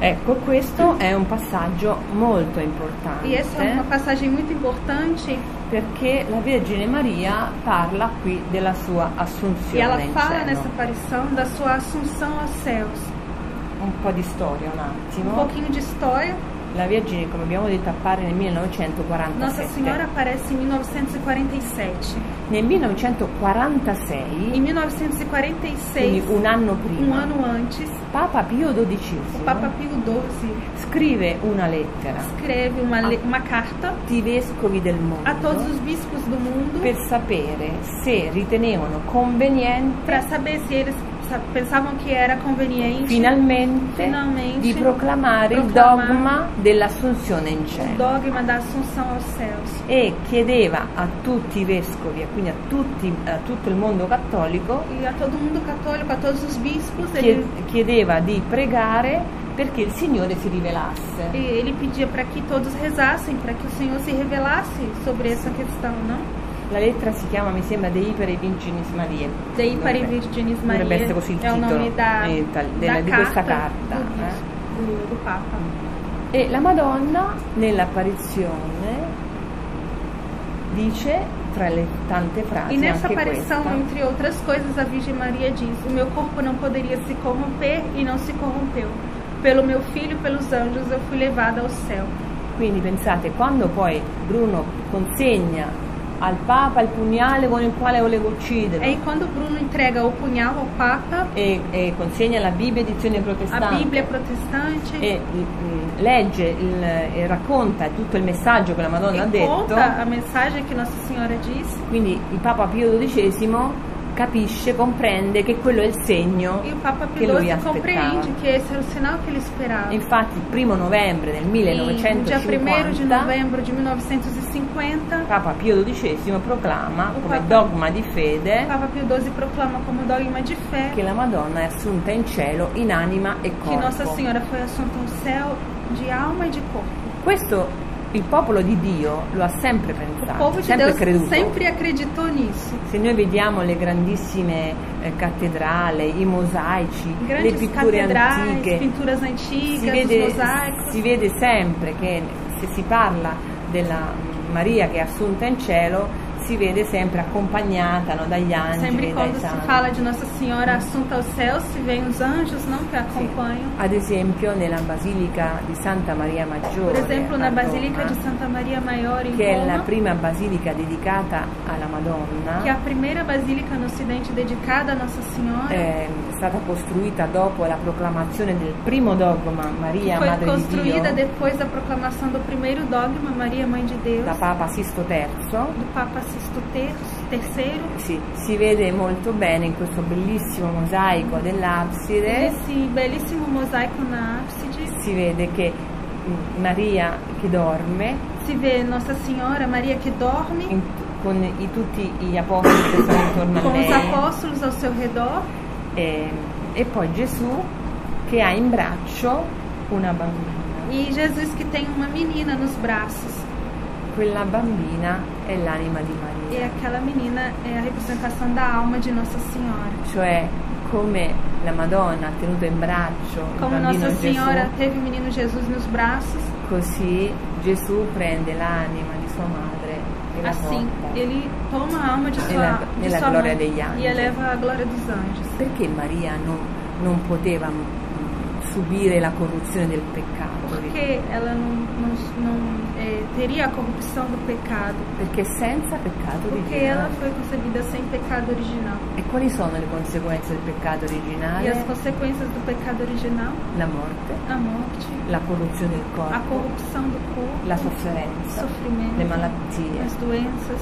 A: Ecco, questo è un passaggio molto importante
B: E essa é uma
A: Né?
B: passagem muito importante
A: perché la Vergine Maria parla qui della sua assunzione.
B: e ela
A: in
B: fala
A: cielo.
B: nessa aparição da sua assunção aos céus.
A: Un po' di storia un
B: Um
A: attimo.
B: pouquinho de história.
A: La Vergine, come abbiamo detto, appare nel
B: Nossa
A: 1947.
B: Senhora aparece em 1947.
A: Nel
B: Em
A: 1946, quindi
B: 1946,
A: un anno
B: um
A: prima,
B: ano antes,
A: Papa Pio
B: o
A: XII
B: Papa Pio XII
A: scrive una lettera
B: escreve uma, le- uma carta
A: ai vescovi del mondo
B: a todos os bispos do mundo
A: per sapere se ritenevano conveniente
B: para saber se eles sa- pensavam que era conveniente
A: finalmente,
B: Finalmente
A: di proclamare il
B: proclamare
A: dogma dell'assunzione in
B: o
A: cielo
B: dogma da assunção aos céus.
A: e chiedeva a tutti i vescovi e quindi a, tutti- a tutto il mondo cattolico
B: E a todo mundo católico, a todos os bispos,
A: chie-
B: ele
A: chiedeva di pregare perché il Signore si rivelasse
B: E ele pedia para que todos rezassem, para que o Senhor se revelasse sobre essa questão, não?
A: la lettera si chiama mi sembra Dei per i Virginis Marie
B: Dei para
A: Dovrebbe-
B: Virginis Maria
A: dovrebbe essere così il
B: é o nome
A: titolo
B: da,
A: eh, tal-
B: da
A: della- di questa carta
B: do,
A: eh.
B: do- do Papa.
A: E la Madonna nell'apparizione dice tra le tante frasi
B: E nessa
A: anche
B: aparição,
A: questa.
B: entre outras coisas, a Virgem Maria diz: O meu corpo não poderia se corromper e não se corrompeu. Pelo meu filho, pelos anjos, eu fui levada ao céu.
A: Quindi pensate, quando poi Bruno consegna al Papa il pugnale con il quale voleva ucciderlo
B: Aí quando Bruno entrega o punhal ao Papa,
A: e, e consegna la Bibbia edizione
B: a
A: protestante
B: Bíblia protestante
A: e mm, legge il- e racconta tutto il messaggio che la Madonna ha
B: e
A: detto,
B: conta a mensagem que Nossa Senhora disse,
A: quindi il Papa Pio XII capisce, comprende che quello è il segno
B: e o Papa
A: che
B: Pio
A: lui
B: XII compreende
A: aspettava.
B: que esse era o sinal que ele esperava.
A: Infatti il primo novembre del
B: E no dia 1 de
A: 1950
B: novembro de 1950,
A: Papa Pio XII proclama
B: O
A: come
B: Papa-
A: dogma di
B: o
A: fede
B: Papa Pio XII proclama como dogma de fé
A: che la Madonna è assunta in cielo in anima e
B: que Nossa
A: corpo.
B: Senhora foi assunta ao céu de alma e de corpo.
A: Questo il popolo di Dio lo ha sempre
B: O
A: pensato,
B: povo de
A: sempre
B: Deus
A: creduto.
B: sempre acreditou nisso.
A: Se noi vediamo le grandissime eh, cattedrali, i mosaici, le
B: Grandes
A: pitture
B: catedrais,
A: antiche,
B: pinturas
A: si
B: antigas, os
A: vede,
B: mosaicos.
A: si vede sempre che se si parla della Maria che è assunta in cielo, si vede sempre accompagnata no, dagli
B: Sempre
A: angeli, dai
B: quando se
A: santi.
B: fala de Nossa Senhora assunta aos céus, se vem os anjos não que a
A: Sì.
B: acompanham.
A: Ad esempio nella Basilica di Santa Maria Maggiore,
B: Por exemplo,
A: a
B: na
A: Roma,
B: Basílica de Santa Maria Maior em
A: che è la
B: Roma,
A: prima basilica dedicata alla Madonna,
B: que é a primeira basílica no Ocidente dedicada a Nossa Senhora,
A: ehm, è stata costruita dopo la proclamazione del primo dogma Maria
B: foi
A: Madre di Dio
B: construída depois da proclamação do primeiro dogma Maria Mãe de Deus,
A: da Papa Sisto III.
B: do Papa Sisto Ter- III.
A: Sì, si vede molto bene in questo bellissimo mosaico dell'abside,
B: Esse belíssimo mosaico na ábside
A: si vede che mm, Maria che dorme
B: se vê Nossa Senhora, Maria que dorme,
A: in- con i- tutti gli apostoli che sono intorno a
B: com os
A: lei
B: apóstolos ao seu redor
A: e, e poi Gesù che ha in braccio una bambina.
B: e Jesus que tem uma menina nos braços.
A: Quella bambina è l'anima di Maria.
B: E aquela menina é a representação da alma de Nossa Senhora.
A: cioè come la Madonna ha tenuto in braccio
B: Como
A: il bambino Gesù,
B: Nossa Senhora teve o menino Jesus nos braços,
A: così Gesù prende l'anima di sua madre e la
B: assim,
A: porta.
B: ele toma a alma de
A: E
B: sua,
A: la- e
B: de
A: la
B: sua
A: glória
B: mãe
A: degli angi.
B: e eleva a glória dos anjos.
A: Perché Maria non, non poteva mm, subire la corruzione del peccato?
B: Porque ela não, não, não é, teria a corrupção do pecado,
A: Perché senza peccato
B: porque ela
A: originale.
B: foi concebida sem pecado original.
A: E quali sono le conseguenze del peccato
B: E as
A: originale?
B: consequências do pecado original,
A: La morte,
B: a morte,
A: la corruzione del
B: a
A: corpo,
B: corrupção do corpo,
A: la
B: o
A: sofferenza,
B: sofrimento,
A: le malattie,
B: as doenças,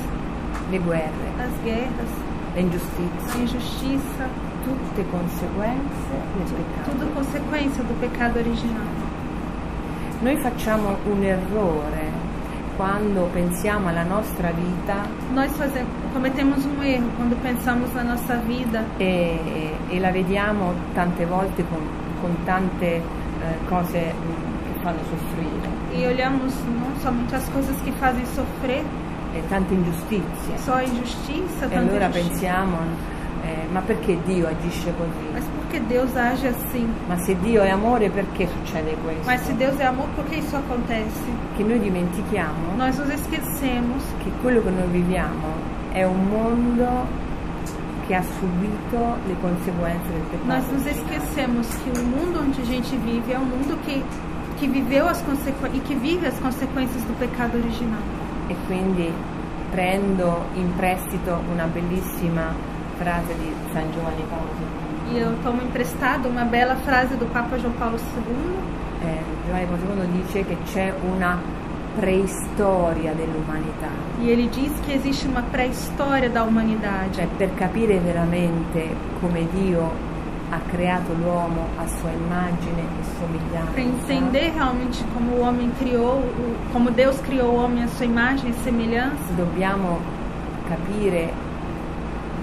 A: le guerre,
B: as guerras,
A: le ingiustizie.
B: a injustiça,
A: tutte conseguenze del peccato.
B: tudo consequência do pecado original.
A: Noi facciamo un errore quando pensiamo alla nostra vita
B: Nós fazemos, cometemos um erro quando pensamos na nossa vida
A: e, e la vediamo tante volte con, con tante eh, cose mm, che fanno soffrire,
B: e olhamos não somente as coisas que fazem sofrer,
A: e tante ingiustizie.
B: só a injustiça,
A: E
B: tanta
A: allora
B: injustiça,
A: pensiamo, eh, ma perché Dio agisce così?
B: mas por que Deus age assim?
A: Ma se Dio è amore perché succede questo?
B: Mas se Deus é amor, por que isso acontece?
A: Che noi dimentichiamo
B: Nós nos esquecemos
A: che quello che noi viviamo è un mondo che ha subito le conseguenze del
B: Nós
A: peccato.
B: nos esquecemos que o mundo onde a gente vive é um mundo que, que viveu as consequ... e que vive as consequências do pecado original.
A: E quindi prendo in prestito una bellissima frase di San Giovanni Paolo II.
B: E eu tomo emprestado uma bela frase do Papa João Paulo II,
A: Eh, Giovanni Paolo II dice che c'è una preistoria dell'umanità.
B: e ele diz que existe uma pré-história da humanidade.
A: Cioè per capire veramente come Dio ha creato l'uomo a sua immagine e
B: Para
A: somiglianza,
B: entender realmente como o homem criou, o- como Deus criou o homem à sua imagem e semelhança,
A: dobbiamo capire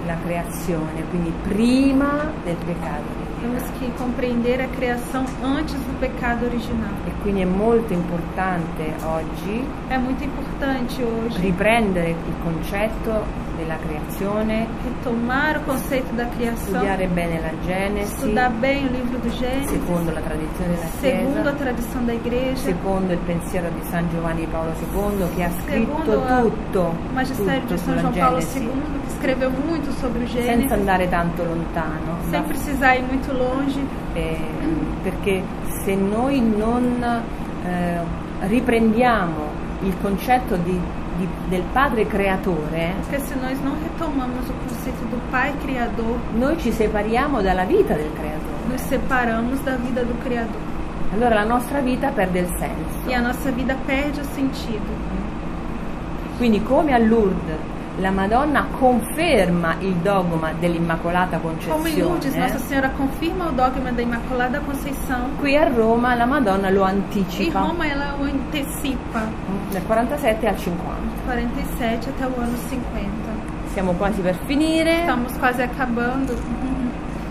A: la creazione, quindi prima del peccato
B: temos
A: originale.
B: que compreender a criação antes do pecado original.
A: E quindi è molto importante oggi
B: É muito importante hoje
A: riprendere il concetto della creazione,
B: retomar o conceito da criação.
A: studiare bene la Genesi,
B: Estudar bem o livro do Gênesis,
A: secondo la tradizione della
B: segundo a
A: Chiesa,
B: tradição da igreja,
A: secondo il pensiero di San Giovanni Paolo II che ha scritto
B: Secondo la-
A: tutto,
B: o magistério
A: tutto
B: de São
A: sulla
B: João Paulo
A: Genesi,
B: II, que escreveu muito sobre o
A: senza
B: Gênesis,
A: andare tanto lontano. ma
B: sem precisar ir muito longe,
A: Eh, perché se noi non eh, riprendiamo il concetto di- di- del Padre Creatore,
B: Porque se nós não retomamos o conceito do Pai Criador,
A: noi ci separiamo dalla vita del Creatore.
B: nos separamos da vida do Criador.
A: Allora la nostra vita perde il senso.
B: E a nossa vida perde o sentido.
A: Quindi come a Lourdes la Madonna conferma il dogma dell'Immacolata
B: Como em Lourdes, Nossa
A: Concezione,
B: Senhora confirma o dogma da Imaculada Conceição.
A: qui a Roma la Madonna lo
B: Em
A: anticipa
B: Roma, ela o antecipa,
A: dal 47 al 50.
B: 47 até o ano 50.
A: Siamo quasi per finire
B: Estamos quase acabando.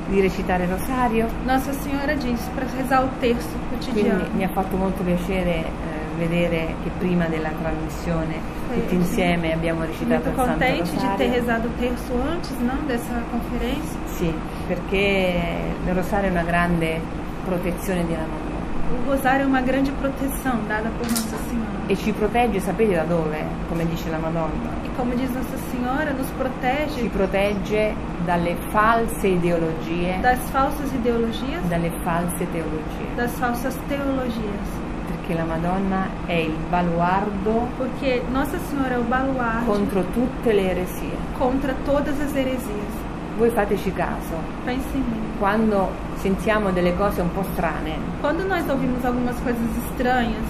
A: di recitare il rosario,
B: Nossa Senhora diz para rezar o terço
A: quindi
B: cotidiano.
A: mi ha fatto molto piacere eh, vedere che prima della trasmissione tutti insieme abbiamo recitato
B: Muito
A: il Santo
B: contente de ter
A: Rosario.
B: rezado o terço antes, não, dessa conferência.
A: Sì, perché il rosario è una grande protezione della Madonna.
B: O rosário é uma grande proteção dada por Nossa Senhora.
A: e ci protegge, sapete da dove? Come dice la Madonna.
B: E como diz Nossa Senhora, nos
A: Ci
B: protege
A: protegge dalle false ideologie,
B: das falsas ideologias,
A: dalle false teologie,
B: das falsas teologias.
A: perché la Madonna è il baluardo
B: Porque Nossa Senhora é o baluarte
A: contro tutte le eresie.
B: contra todas as heresias.
A: Voi fateci caso,
B: Pense em mim.
A: quando sentiamo delle cose un po' strane,
B: Quando nós ouvimos algumas coisas estranhas,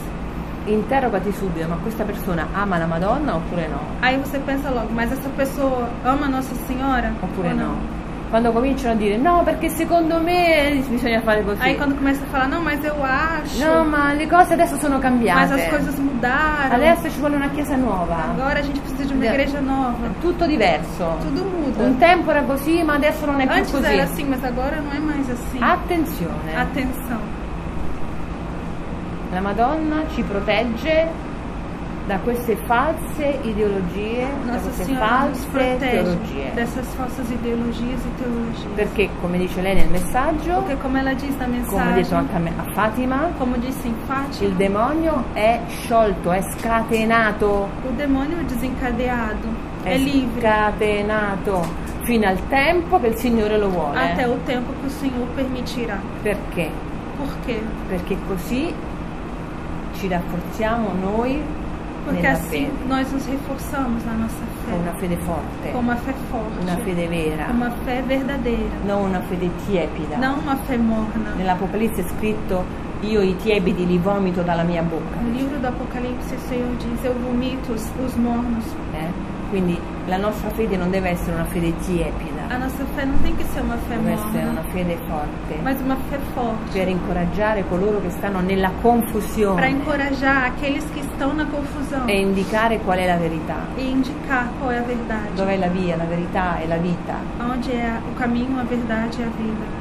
A: interrogati subito, ma questa persona ama la Madonna oppure no?
B: aí você pensa logo, mas essa pessoa ama Nossa Senhora?
A: Oppure
B: ou
A: no? Quando cominciano a dire no, perché secondo me bisogna fare così.
B: Aí quando começa a falar, não, mas eu acho,
A: No, ma le cose adesso sono cambiate.
B: mas as coisas mudaram,
A: Adesso ci vuole una chiesa nuova,
B: agora a gente precisa de uma
A: Entendeu?
B: igreja nova.
A: tutto diverso.
B: Tudo muda.
A: Un tempo era così, ma adesso non è più
B: Antes era
A: così.
B: assim, mas agora não é mais assim.
A: Ah, Attenzione,
B: Atenção.
A: la Madonna ci protegge da queste false ideologie, da
B: Nossa
A: queste
B: Senhora nos
A: false
B: protege
A: teologie.
B: dessas falsas ideologias e teologias.
A: Perché, come dice lei nel messaggio,
B: Porque como ela diz na
A: come detto
B: mensagem,
A: anche a me- a Fatima,
B: como disse em
A: il
B: Fátima,
A: demonio è sciolto, è scatenato,
B: o demônio desencadeado é
A: è
B: livre
A: scatenato fino al tempo che il Signore lo vuole.
B: até o tempo que o Senhor permitirá.
A: Perché?
B: Por quê?
A: perché così ci rafforziamo noi
B: Porque
A: nella
B: assim
A: fede,
B: nós nos reforçamos na nossa
A: con
B: fé,
A: una fede forte,
B: com uma fé
A: una
B: forte,
A: fede vera,
B: com uma fé verdadeira,
A: non una fede tiepida.
B: não uma fé morna.
A: Nell'Apocalisse è scritto io i tiepidi li vomito dalla mia bocca.
B: No livro do Apocalipse, o Senhor diz: Eu vomito os, os mornos
A: eh? Quindi la nostra fede non deve essere una fede tiepida,
B: A nossa fé não tem que ser uma fé
A: deve essere una
B: morna,
A: fede forte
B: mas uma fé forte.
A: per incoraggiare coloro che stanno nella
B: Para
A: confusione
B: encorajar aqueles que estão na confusão
A: e indicare qual è la verità,
B: e indicar qual é a verdade.
A: dov'è la via, la verità e la vita.
B: Onde é o caminho, a verdade e a vida.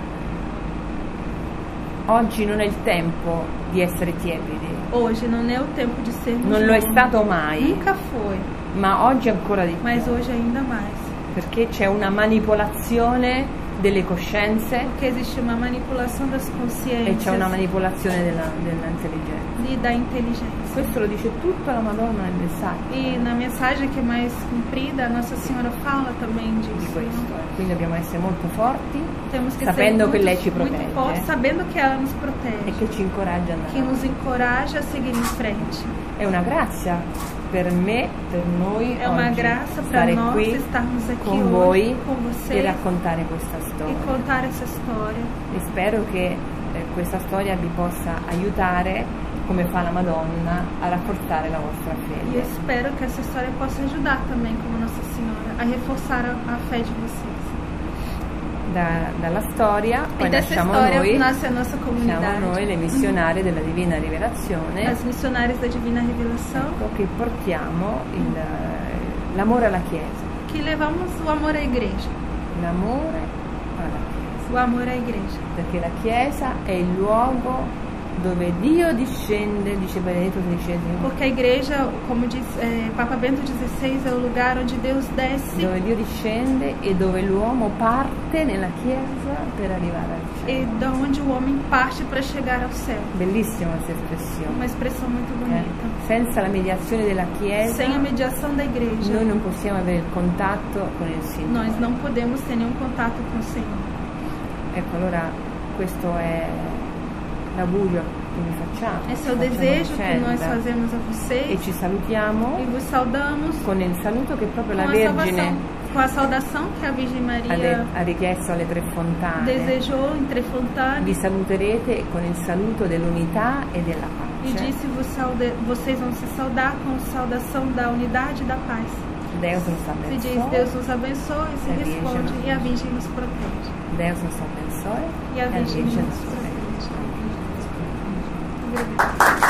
A: Oggi non è il tempo di essere tiepidi,
B: Hoje não é o tempo de sermos
A: non Mm? lo é. è
B: mornos.
A: stato mai,
B: Nunca foi,
A: ma oggi ancora di più,
B: mas hoje ainda mais.
A: perché c'è una manipolazione delle coscienze
B: Porque existe uma manipulação das
A: e
B: consciências
A: c'è una manipolazione della, dell'intelligenza.
B: e da inteligência.
A: Questo lo dice tutta la Madonna nel messaggio
B: E na mensagem que é mais comprida, a Nossa Senhora fala também
A: di
B: disso. Então,
A: questo, eh. quindi dobbiamo essere molto forti
B: Temos que
A: Sapendo
B: ser muito,
A: que lei te
B: muito
A: protege. né? É
B: fortes, sabendo que ela nos protege.
A: e che ci incoraggia ad andare.
B: que nos encoraja a seguir em frente.
A: avanti. È una grazia per me, per noi,
B: É uma
A: oggi,
B: graça para
A: stare
B: nós
A: qui
B: estarmos aqui
A: con
B: hoje
A: voi
B: com
A: e
B: vocês
A: raccontare questa storia.
B: e contar essa história.
A: e spero che eh, questa storia vi possa aiutare, come fa la Madonna, a rafforzare la vostra
B: E eu
A: fede.
B: espero que essa história possa ajudar também, como Nossa Senhora, a reforçar a, a fé de vocês.
A: Da- dalla storia
B: E
A: poi
B: dessa
A: nasciamo
B: história
A: noi,
B: nasce a nossa
A: siamo noi
B: comunidade,
A: le missionarie della Divina Rivelazione
B: as missionárias da Divina Revelação,
A: ecco, che portiamo il, eh, l'amore alla Chiesa,
B: que levamos o amor à igreja.
A: l'amore alla Chiesa,
B: O amor à igreja.
A: perché la Chiesa è il luogo dove Dio discende, dice Benedetto XVI,
B: Porque a igreja, como diz eh, Papa Bento XVI, é o lugar onde Deus desce
A: dove Dio discende e dove l'uomo parte nella Chiesa per arrivare al cielo.
B: e da onde o homem parte para chegar ao céu.
A: Bellissima questa espressione.
B: Uma expressão muito
A: eh?
B: bonita.
A: Senza la mediazione della Chiesa
B: Sem a mediação da igreja,
A: noi non possiamo avere il contatto con il Signore.
B: nós não podemos ter nenhum contato com o Senhor.
A: Ecco, allora questo è l'augurio che noi facciamo.
B: Esse é o
A: Facciamo
B: desejo que
A: vicenda.
B: nós fazemos a vocês
A: E ci salutiamo
B: e vos saudamos
A: con il saluto che proprio
B: com
A: la
B: a salvação,
A: Vergine
B: com a saudação que a Virgem
A: ha,
B: Maria
A: de- ha richiesto alle tre fontane.
B: desejou entre Fontane
A: Vi saluterete con il saluto dell'unità e della
B: e
A: pace.
B: disse: "Vos saude- vocês vão se saudar com a saudação da unidade e da paz.
A: Deus nos
B: Se diz:
A: abençoe.
B: Deus nos abençoe, e se
A: A Virgem
B: responde:
A: nos
B: e a Virgem nos protege.
A: Deus nos abençoe.
B: E a
A: e
B: Virgem nos
A: protege.
B: protege. Obrigada.